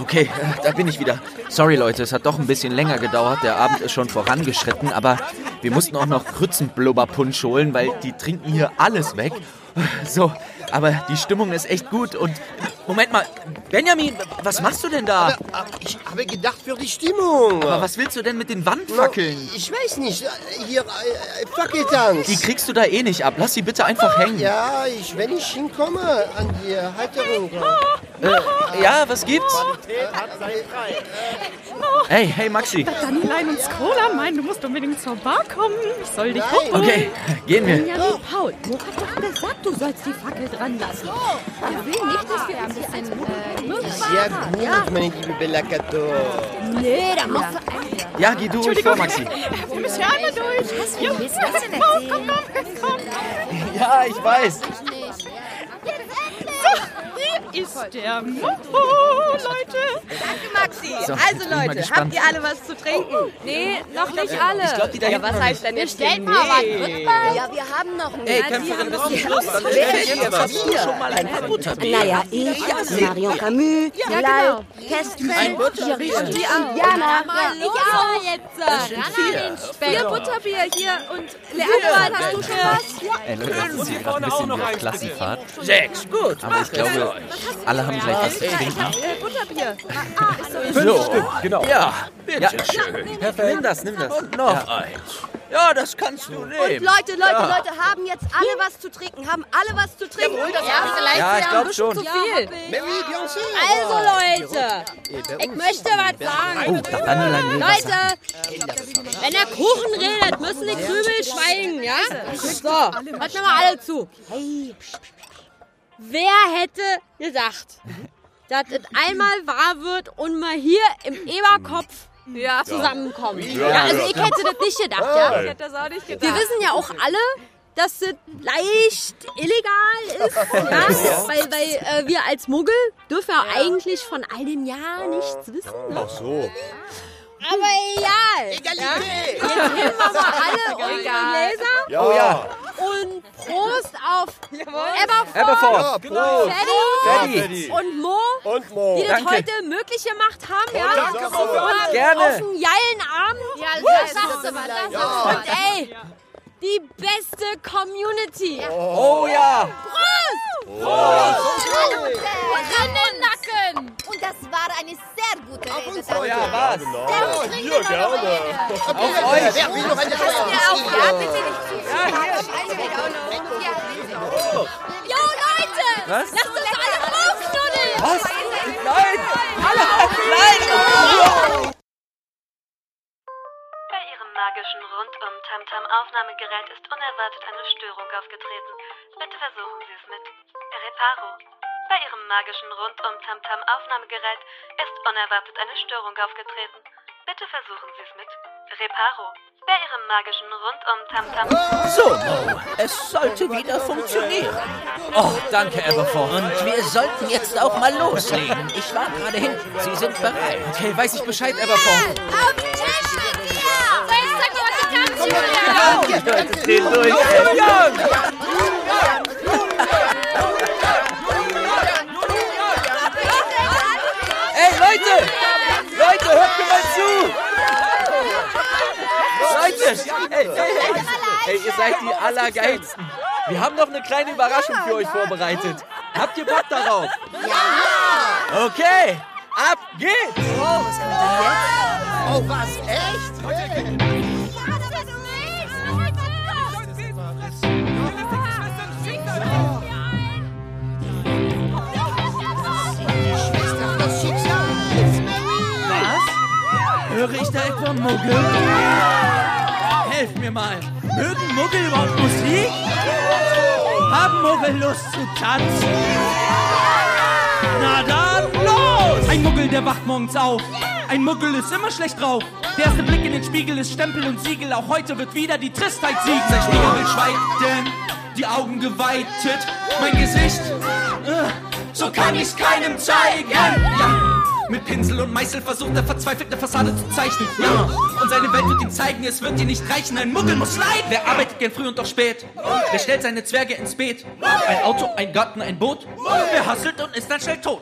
[SPEAKER 1] Okay, äh, da bin ich wieder. Sorry Leute, es hat doch ein bisschen länger gedauert. Der Abend ist schon vorangeschritten, aber wir mussten auch noch Krützenblubberpunsch holen, weil die trinken hier alles weg. So, aber die Stimmung ist echt gut und Moment mal, Benjamin, was machst du denn da?
[SPEAKER 13] Ich habe gedacht für die Stimmung.
[SPEAKER 1] Aber was willst du denn mit den Wandfackeln?
[SPEAKER 13] Ich weiß nicht, hier äh, Fackeltanz.
[SPEAKER 1] Die kriegst du da eh nicht ab. Lass sie bitte einfach hängen.
[SPEAKER 13] Ja, ich, wenn ich hinkomme an die Halterung.
[SPEAKER 1] Äh, ja, was gibt's? Hey, hey Maxi.
[SPEAKER 28] Danilein und Skola meinen, du musst unbedingt zur Bar kommen. Ich soll dich
[SPEAKER 1] Nein.
[SPEAKER 28] holen.
[SPEAKER 1] Okay, gehen wir.
[SPEAKER 28] Benjamin,
[SPEAKER 3] Paul, Mo hat doch gesagt, du sollst die Fackel dran lassen. Wir will nicht, dass wir ein bisschen...
[SPEAKER 5] äh,
[SPEAKER 13] Sehr gut, meine liebe Bella Cato.
[SPEAKER 3] Nee, da musst du...
[SPEAKER 1] Ja, geh du ruhig vor, Maxi.
[SPEAKER 28] Wir müssen ja einmal durch.
[SPEAKER 3] Was für
[SPEAKER 28] Ja.
[SPEAKER 3] ein Mist, was denn
[SPEAKER 28] Komm, komm, komm, komm.
[SPEAKER 1] Ja, ich weiß.
[SPEAKER 28] So, hier ist der Moho, Leute.
[SPEAKER 26] Danke, Maxi.
[SPEAKER 28] So, jetzt bin
[SPEAKER 26] also,
[SPEAKER 28] ich mal
[SPEAKER 26] Leute,
[SPEAKER 28] gespannt.
[SPEAKER 26] habt ihr alle was zu trinken?
[SPEAKER 3] Nee, noch nicht
[SPEAKER 26] glaub,
[SPEAKER 3] alle.
[SPEAKER 26] Ich glaube, die da Ja,
[SPEAKER 3] hinten
[SPEAKER 26] was
[SPEAKER 3] noch
[SPEAKER 26] heißt
[SPEAKER 3] nicht.
[SPEAKER 26] denn
[SPEAKER 3] Wir
[SPEAKER 26] jetzt
[SPEAKER 3] stellen
[SPEAKER 26] hier?
[SPEAKER 3] mal was
[SPEAKER 26] Nee.
[SPEAKER 3] drüber.
[SPEAKER 26] Ja,
[SPEAKER 29] wir haben noch einen.
[SPEAKER 26] Ey, Kämpferin, bis zum Schluss, dann
[SPEAKER 29] Wer
[SPEAKER 26] erzähl
[SPEAKER 29] ist
[SPEAKER 26] jetzt was.
[SPEAKER 29] hier?
[SPEAKER 26] Schon mal ein paar Butterbier.
[SPEAKER 29] Naja, ich,
[SPEAKER 3] also
[SPEAKER 29] Marion Camus,
[SPEAKER 26] Ja,
[SPEAKER 29] Lal,
[SPEAKER 26] genau.
[SPEAKER 29] Kestrel,
[SPEAKER 26] Ein Butterbier.
[SPEAKER 29] Jiri und
[SPEAKER 26] Die
[SPEAKER 29] Diana.
[SPEAKER 3] Mal los. Ich auch jetzt. Das
[SPEAKER 29] sind
[SPEAKER 3] vier. vier Butterbier hier und
[SPEAKER 26] Vier.
[SPEAKER 3] Leandro, hast du schon was?
[SPEAKER 1] Ey, Leute, das ist hier gerade ein bisschen wie auf Klassenfahrt.
[SPEAKER 10] Sechs, gut.
[SPEAKER 1] Aber ich glaube, alle haben gleich was zu trinken.
[SPEAKER 3] Äh, Butterbier.
[SPEAKER 1] Ah, So, genau. Ja,
[SPEAKER 10] Bitte
[SPEAKER 1] Ja.
[SPEAKER 10] schön.
[SPEAKER 1] Perfekt. Nimm das, nimm das.
[SPEAKER 10] Und noch
[SPEAKER 1] Ja.
[SPEAKER 10] eins. Ja, das kannst du
[SPEAKER 29] Und
[SPEAKER 10] nehmen.
[SPEAKER 29] Leute, Leute,
[SPEAKER 1] Ah.
[SPEAKER 10] Ja.
[SPEAKER 29] Leute, haben jetzt alle
[SPEAKER 10] Hm.
[SPEAKER 29] was zu trinken, haben alle was zu trinken.
[SPEAKER 3] das Ja, haben wir vielleicht
[SPEAKER 10] Ja, ich
[SPEAKER 3] ein
[SPEAKER 10] glaub
[SPEAKER 3] bisschen
[SPEAKER 10] schon.
[SPEAKER 3] zu viel.
[SPEAKER 29] Also,
[SPEAKER 3] Leute, ich möchte was sagen.
[SPEAKER 1] Oh, da Daniel will was sagen.
[SPEAKER 3] Leute, wenn der Kuchen redet, müssen die Krümel schweigen, ja? So, hört mir mal alle zu. Wer hätte gesagt, dass es einmal wahr wird und mal hier im Eberkopf zusammenkommen?
[SPEAKER 8] Ja.
[SPEAKER 3] Ja, also ich hätte das nicht gedacht, ja?
[SPEAKER 8] Ich hätte das auch nicht gedacht.
[SPEAKER 3] Wir wissen ja auch alle, dass das leicht illegal ist, ja? weil, weil äh, wir als Muggel dürfen ja eigentlich von all dem ja nichts wissen. ne?
[SPEAKER 30] Ach so.
[SPEAKER 3] Aber egal. Egalität. Ja? Jetzt nehmen wir mal alle unsere Gläser.
[SPEAKER 30] Ja. Oh ja.
[SPEAKER 3] Und Prost auf Eberford,
[SPEAKER 30] Eberford. Ja,
[SPEAKER 25] genau.
[SPEAKER 30] Prost.
[SPEAKER 3] Freddy,
[SPEAKER 30] Ja, Freddy.
[SPEAKER 3] und Mo,
[SPEAKER 30] Und Mo.
[SPEAKER 3] die das
[SPEAKER 30] Oh, Danke. Oh,
[SPEAKER 3] heute möglich gemacht haben. Ja?
[SPEAKER 30] danke, Mo.
[SPEAKER 3] Und
[SPEAKER 30] Gerne.
[SPEAKER 3] Auf einen geilen Abend. Ja,
[SPEAKER 8] das sagst du mal, das sagst du mal.
[SPEAKER 3] Und ey, die beste Community.
[SPEAKER 8] Oh, ja.
[SPEAKER 3] Prost.
[SPEAKER 8] Und Rinnennacken. Und das war eine sehr gute Rede. danke.
[SPEAKER 30] genau.
[SPEAKER 8] Darf ich
[SPEAKER 30] Ja, hier,
[SPEAKER 8] trinken noch
[SPEAKER 30] gerne.
[SPEAKER 8] eine?
[SPEAKER 30] Auf euch. Wer will noch eine
[SPEAKER 8] Passt ihr auf?
[SPEAKER 30] Scheiße?
[SPEAKER 8] Ja, bitte nicht zu viel. Ja, bitte. Jo, Leute!
[SPEAKER 1] Was?
[SPEAKER 8] Lasst uns alle aufknuddeln!
[SPEAKER 1] Was?
[SPEAKER 8] Nein! Alle
[SPEAKER 1] aufknuddeln!
[SPEAKER 31] Bei Ihrem magischen Rundum-Tamtam-Aufnahmegerät ist unerwartet eine Störung aufgetreten. Bitte versuchen Sie es mit Reparo. Bei Ihrem magischen Rundum-Tamtam-Aufnahmegerät ist unerwartet eine Störung aufgetreten. Bitte versuchen Sie es mit Reparo. Bei Ihrem magischen Rundum-Tamtam.
[SPEAKER 1] So, Mo, es sollte wieder funktionieren. Oh, danke, Aberforth. Und wir sollten jetzt auch mal loslegen. Ich war gerade hinten. Sie sind bereit. Okay, weiß ich Bescheid, Aberforth.
[SPEAKER 8] Auf den Tisch mit dir! So, jetzt zeig mal, was du kannst,
[SPEAKER 1] Julian! Dreh durch, ey.
[SPEAKER 8] Julian!
[SPEAKER 1] Ey, Leute! Leute, hört mir mal zu! Leute! Ey, ey, ey. ey, ihr seid die Allergeilsten. Wir haben noch eine kleine Überraschung für euch vorbereitet. Habt ihr Bock darauf? Ja! Okay, ab geht's! Oh, was kommt denn jetzt? Oh, was? Was? Höre ich da etwa Muggel? Helft mir mal. Mögen Muggel überhaupt Musik? Haben Muggel Lust zu tanzen? Na dann los!
[SPEAKER 10] Ein Muggel, der wacht morgens auf. Ein Muggel ist immer schlecht drauf. Der erste Blick in den Spiegel ist Stempel und Siegel. Auch heute wird wieder die Tristheit siegen. Sein Spiegelbild schweigt, denn die Augen geweitet. Mein Gesicht, äh, so kann ich's keinem zeigen. Ja. Mit Pinsel und Meißel versucht er verzweifelt eine Fassade zu zeichnen. Ja. Und seine Welt wird ihm zeigen, es wird ihr nicht reichen. Ein Muggel muss leiden. Wer arbeitet gern früh und doch spät? Wer stellt seine Zwerge ins Beet? Ein Auto, ein Garten, ein Boot? Wer hasselt und ist dann schnell tot?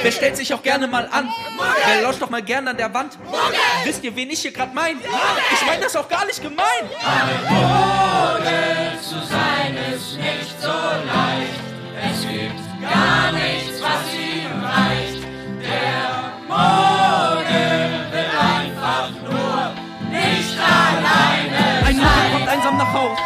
[SPEAKER 10] Wer stellt sich auch gerne mal an? Wer lauscht doch mal gern an der Wand? Wisst ihr, wen ich hier gerade meine? Ich meine das auch gar nicht gemein.
[SPEAKER 13] Vogel zu sein ist nicht so leicht. Es gibt gar nichts, was ihm reicht. Der Vogel will einfach nur nicht alleine
[SPEAKER 10] Ein Muggel
[SPEAKER 13] sein.
[SPEAKER 10] kommt einsam nach Haus.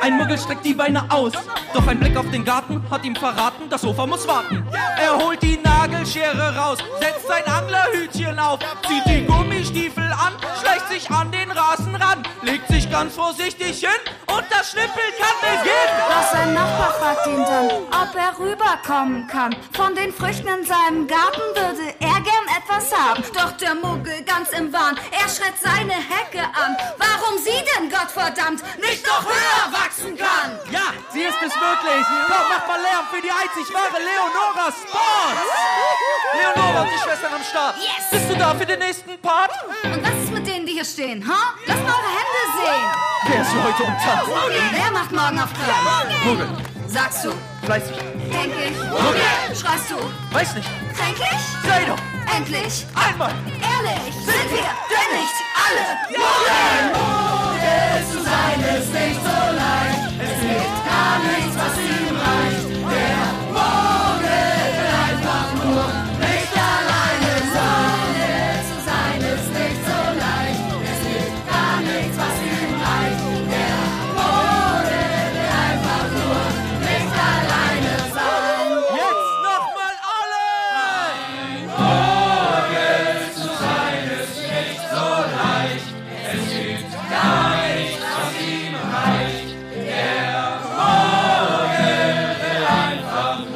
[SPEAKER 10] Ein Muggel streckt die Beine aus. Doch ein Blick auf den Garten hat ihm verraten, das Sofa muss warten. Er holt die Nagelschere raus, setzt sein Anglerhütchen auf, zieht die Gummistiefel an, schleicht sich an den Rasen ran, legt sich ganz vorsichtig hin und das Schnippeln kann beginnen.
[SPEAKER 5] Doch sein Nachbar fragt ihn dann, ob er rüberkommen kann. Von den Früchten in seinem Garten würde er gern etwas haben. Doch der Muggel ganz im Wahn, er schreit seine Hecke an. Warum sie denn, Gottverdammt, nicht noch höher wachsen kann?
[SPEAKER 10] Ja, sie ist es wirklich. Doch macht mal Lärm für die einzig wahre Leonora Sports. Leonora und die Schwestern am Start. Bist du da für den nächsten Part?
[SPEAKER 5] Und was ist mit denen, die hier stehen, ha? Lasst mal eure Hände sehen.
[SPEAKER 10] Wer ist hier heute umtanzt?
[SPEAKER 5] Wer macht morgen auf Kram?
[SPEAKER 10] Muggel,
[SPEAKER 5] Sagst du,
[SPEAKER 10] fleißig.
[SPEAKER 5] denk ich.
[SPEAKER 10] Muggel.
[SPEAKER 5] Schreist du,
[SPEAKER 10] Weiß nicht.
[SPEAKER 5] kränk ich?
[SPEAKER 10] Sei doch.
[SPEAKER 5] Endlich.
[SPEAKER 10] Einmal.
[SPEAKER 5] Ehrlich, sind wir denn nicht alle
[SPEAKER 13] Vogel!
[SPEAKER 5] Muggel?
[SPEAKER 13] Vogel zu sein ist nicht so leicht. Es gibt gar nichts, was ihm reicht. Der Vogel will einfach nur nicht alleine sein. Vogel zu sein ist nicht so leicht. Es gibt gar nichts, was ihm reicht. Der Vogel will einfach nur nicht alleine sein. Jetzt nochmal alle! Vogel zu sein ist nicht so leicht. Es gibt gar nichts, was ihm reicht. Der Vogel will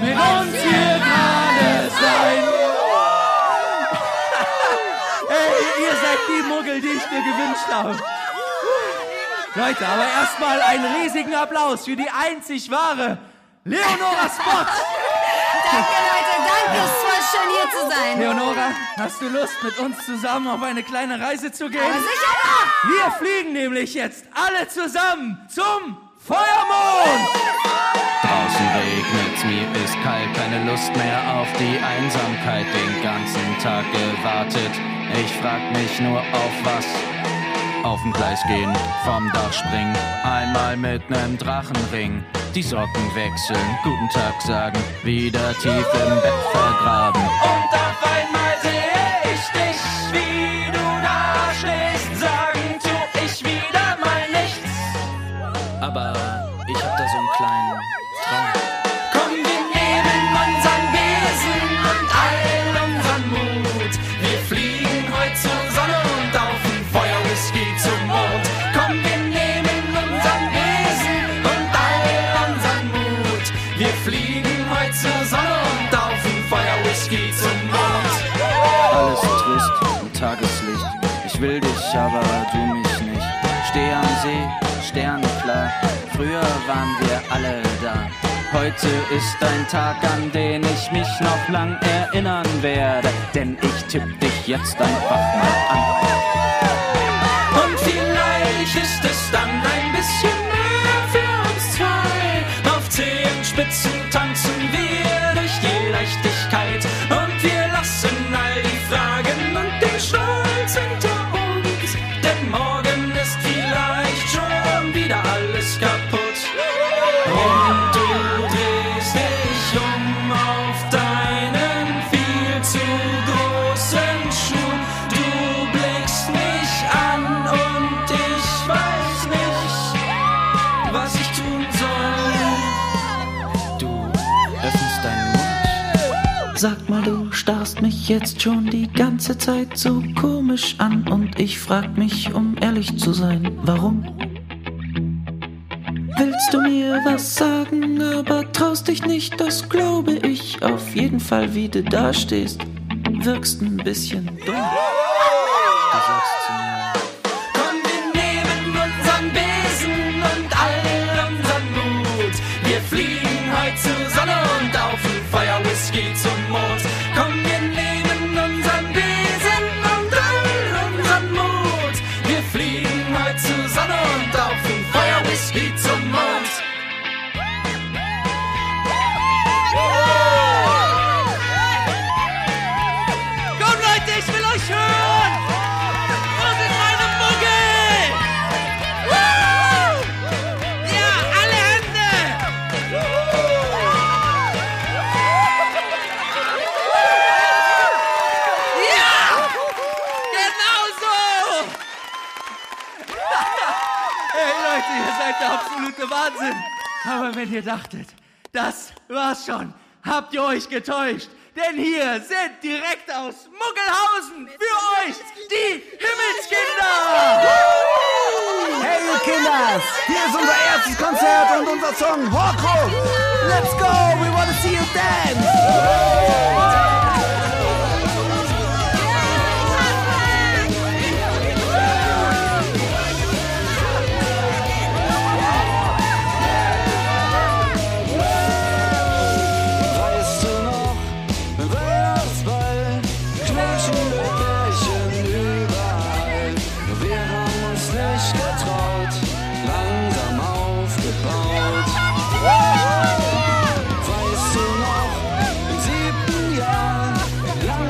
[SPEAKER 13] mit uns hier gerade sein. Hey, ihr seid die Muggel, die ich mir gewünscht habe. Leute, aber erstmal einen riesigen Applaus für die einzig wahre Leonora Spott.
[SPEAKER 32] Danke, Leute, danke. Es ist voll schön, hier zu sein.
[SPEAKER 13] Leonora, hast du Lust, mit uns zusammen auf eine kleine Reise zu gehen?
[SPEAKER 32] Aber sicher
[SPEAKER 13] Wir fliegen nämlich jetzt alle zusammen zum Feuermond!
[SPEAKER 10] Draußen regnet's, mir ist kalt, keine Lust mehr auf die Einsamkeit. Den ganzen Tag gewartet, ich frag mich nur auf was. Auf dem Gleis gehen, vom Dach springen, einmal mit nem Drachenring. Die Socken wechseln, guten Tag sagen, wieder tief im Bett vergraben.
[SPEAKER 13] Auf einmal seh ich dich, wie du da schläfst. Sagen tu ich wieder mal nichts.
[SPEAKER 10] Aber ich hab da so einen kleinen Traum.
[SPEAKER 13] Komm, wir nehmen unseren Besen und all unseren Mut. Wir fliegen heute zur Sonne und auf dem Feuer Whisky zum Mond. Komm, wir nehmen unseren Besen und all unseren Mut. Wir fliegen heute zur Sonne und auf dem Feuer Whisky zum Mond.
[SPEAKER 10] Alles trist und Tageslicht. Ich will dich, aber du mich nicht. Steh am See, Sterne klar. Früher waren wir alle da. Heute ist ein Tag, an den ich mich noch lang erinnern werde. Denn ich tipp dich jetzt einfach mal an.
[SPEAKER 13] Und vielleicht ist es dann ein bisschen mehr für uns zwei. Auf Zehenspitzen tanzen wir durch die Leichtigkeit. Und wir lassen all die Fragen und den Stolz hinter uns. Denn morgen ist vielleicht schon wieder alles kaputt. Und du drehst dich um auf deinen viel zu großen Schuh. Du blickst mich an und ich weiß nicht, was ich tun soll.
[SPEAKER 10] Öffnest deinen Mund.
[SPEAKER 33] Sag mal, du starrst mich jetzt schon die ganze Zeit so komisch an und ich frag mich, um ehrlich zu sein, warum? Willst du mir was sagen, aber traust dich nicht, das glaube ich. Auf jeden Fall, wie du dastehst, wirkst ein bisschen dumm. Du sagst zu mir,
[SPEAKER 13] Komm, wir nehmen unseren Besen und all unseren Mut. Wir fliegen heute zur Sonne und auf dem Feuer Whisky zum Mond. Komm, wir nehmen unseren Besen und all unseren Mut. Wir fliegen heute zur Sonne und auf dem Feuer Whisky zum Mond. Komm, Leute, ich will euch hören! Wo sind meine Muggel? Ja, alle Hände! Ja! Genau so! Hey Leute, ihr seid der absolute Wahnsinn. Aber wenn ihr dachtet, das war's schon, habt ihr euch getäuscht. Denn hier sind direkt aus Muggelhausen für euch die Himmelskinder!
[SPEAKER 34] Hey, ihr Kinders! Hier ist unser erstes Konzert und unser Song Horcrux! Let's go! We wanna see you dance!
[SPEAKER 10] Weißt du noch, beim Weihnachtsball knutschen mit Pärchen überall. Wir haben uns nicht getraut, langsam aufgebaut. Weißt du noch, im siebten Jahr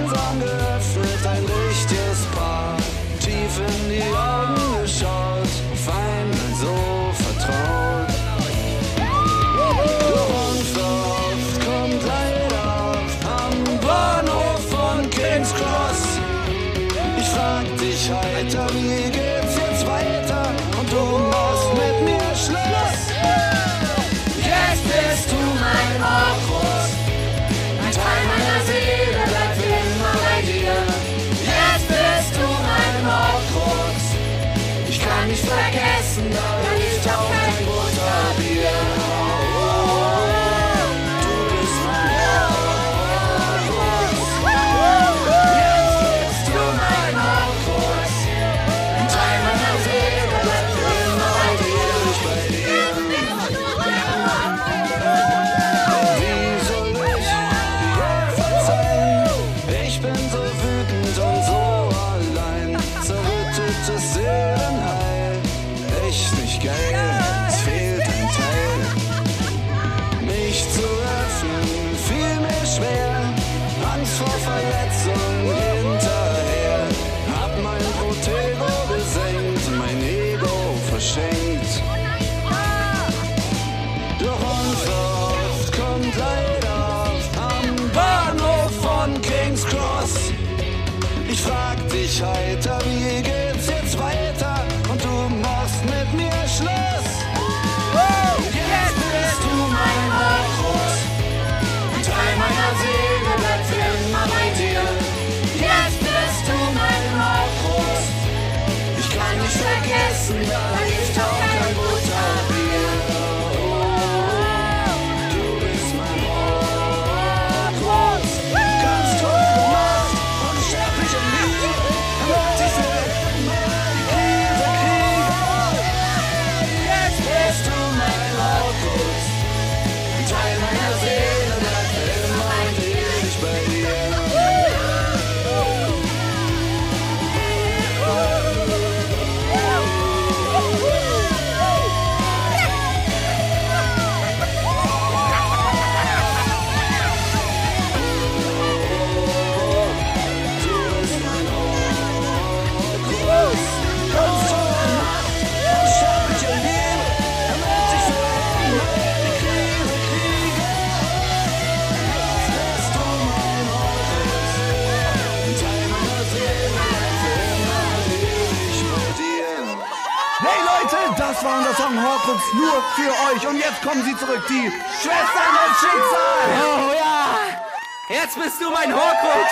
[SPEAKER 11] Song Horcrux nur für euch. Und jetzt kommen sie zurück, die Schwestern des Schicksals.
[SPEAKER 10] Oh ja! Jetzt bist du mein Horcrux!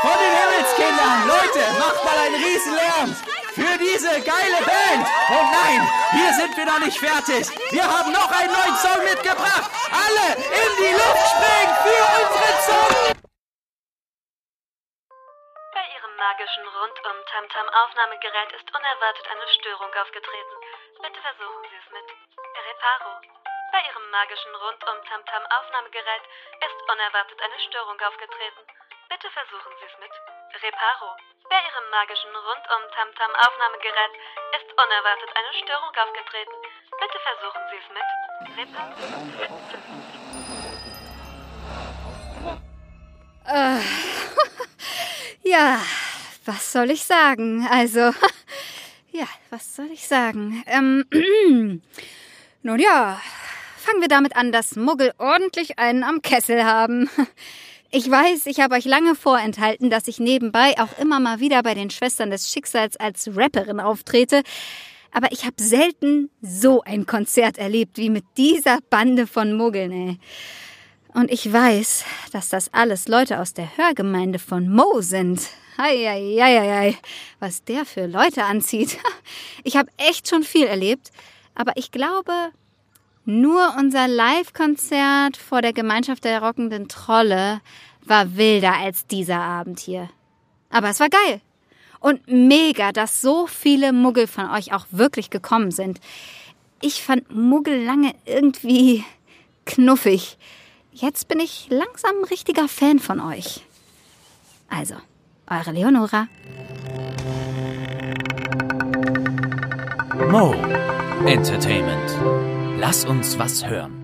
[SPEAKER 10] Von den Himmelskindern! Leute, macht mal einen riesen Lärm! Für diese geile Band! Oh nein, hier sind wir noch nicht fertig! Wir haben noch einen neuen Song mitgebracht! Alle in die Luft springen für unseren Song!
[SPEAKER 31] Bei Ihrem magischen Rundum-Tamtam-Aufnahmegerät ist unerwartet eine Störung aufgetreten. Bitte versuchen Sie es mit Reparo. Bei Ihrem magischen Rundum-Tamtam-Aufnahmegerät ist unerwartet eine Störung aufgetreten. Bitte versuchen Sie es mit Reparo. Bei Ihrem magischen Rundum-Tamtam-Aufnahmegerät ist unerwartet eine Störung aufgetreten. Bitte versuchen Sie es mit Reparo.
[SPEAKER 5] Äh, ja, was soll ich sagen? Also, *laughs* ja, was soll ich sagen? Ähm, *clears throat* nun ja, fangen wir damit an, dass Muggel ordentlich einen am Kessel haben. *laughs* Ich weiß, ich habe euch lange vorenthalten, dass ich nebenbei auch immer mal wieder bei den Schwestern des Schicksals als Rapperin auftrete. Aber ich habe selten so ein Konzert erlebt wie mit dieser Bande von Muggeln, ey. Und ich weiß, dass das alles Leute aus der Hörgemeinde von Mo sind. Eieieiei, was der für Leute anzieht. *laughs* Ich habe echt schon viel erlebt, aber ich glaube, nur unser Live-Konzert vor der Gemeinschaft der rockenden Trolle war wilder als dieser Abend hier. Aber es war geil. Und mega, dass so viele Muggel von euch auch wirklich gekommen sind. Ich fand Muggel lange irgendwie knuffig. Jetzt bin ich langsam ein richtiger Fan von euch. Also, eure Leonora.
[SPEAKER 1] Mo Entertainment. Lass uns was hören.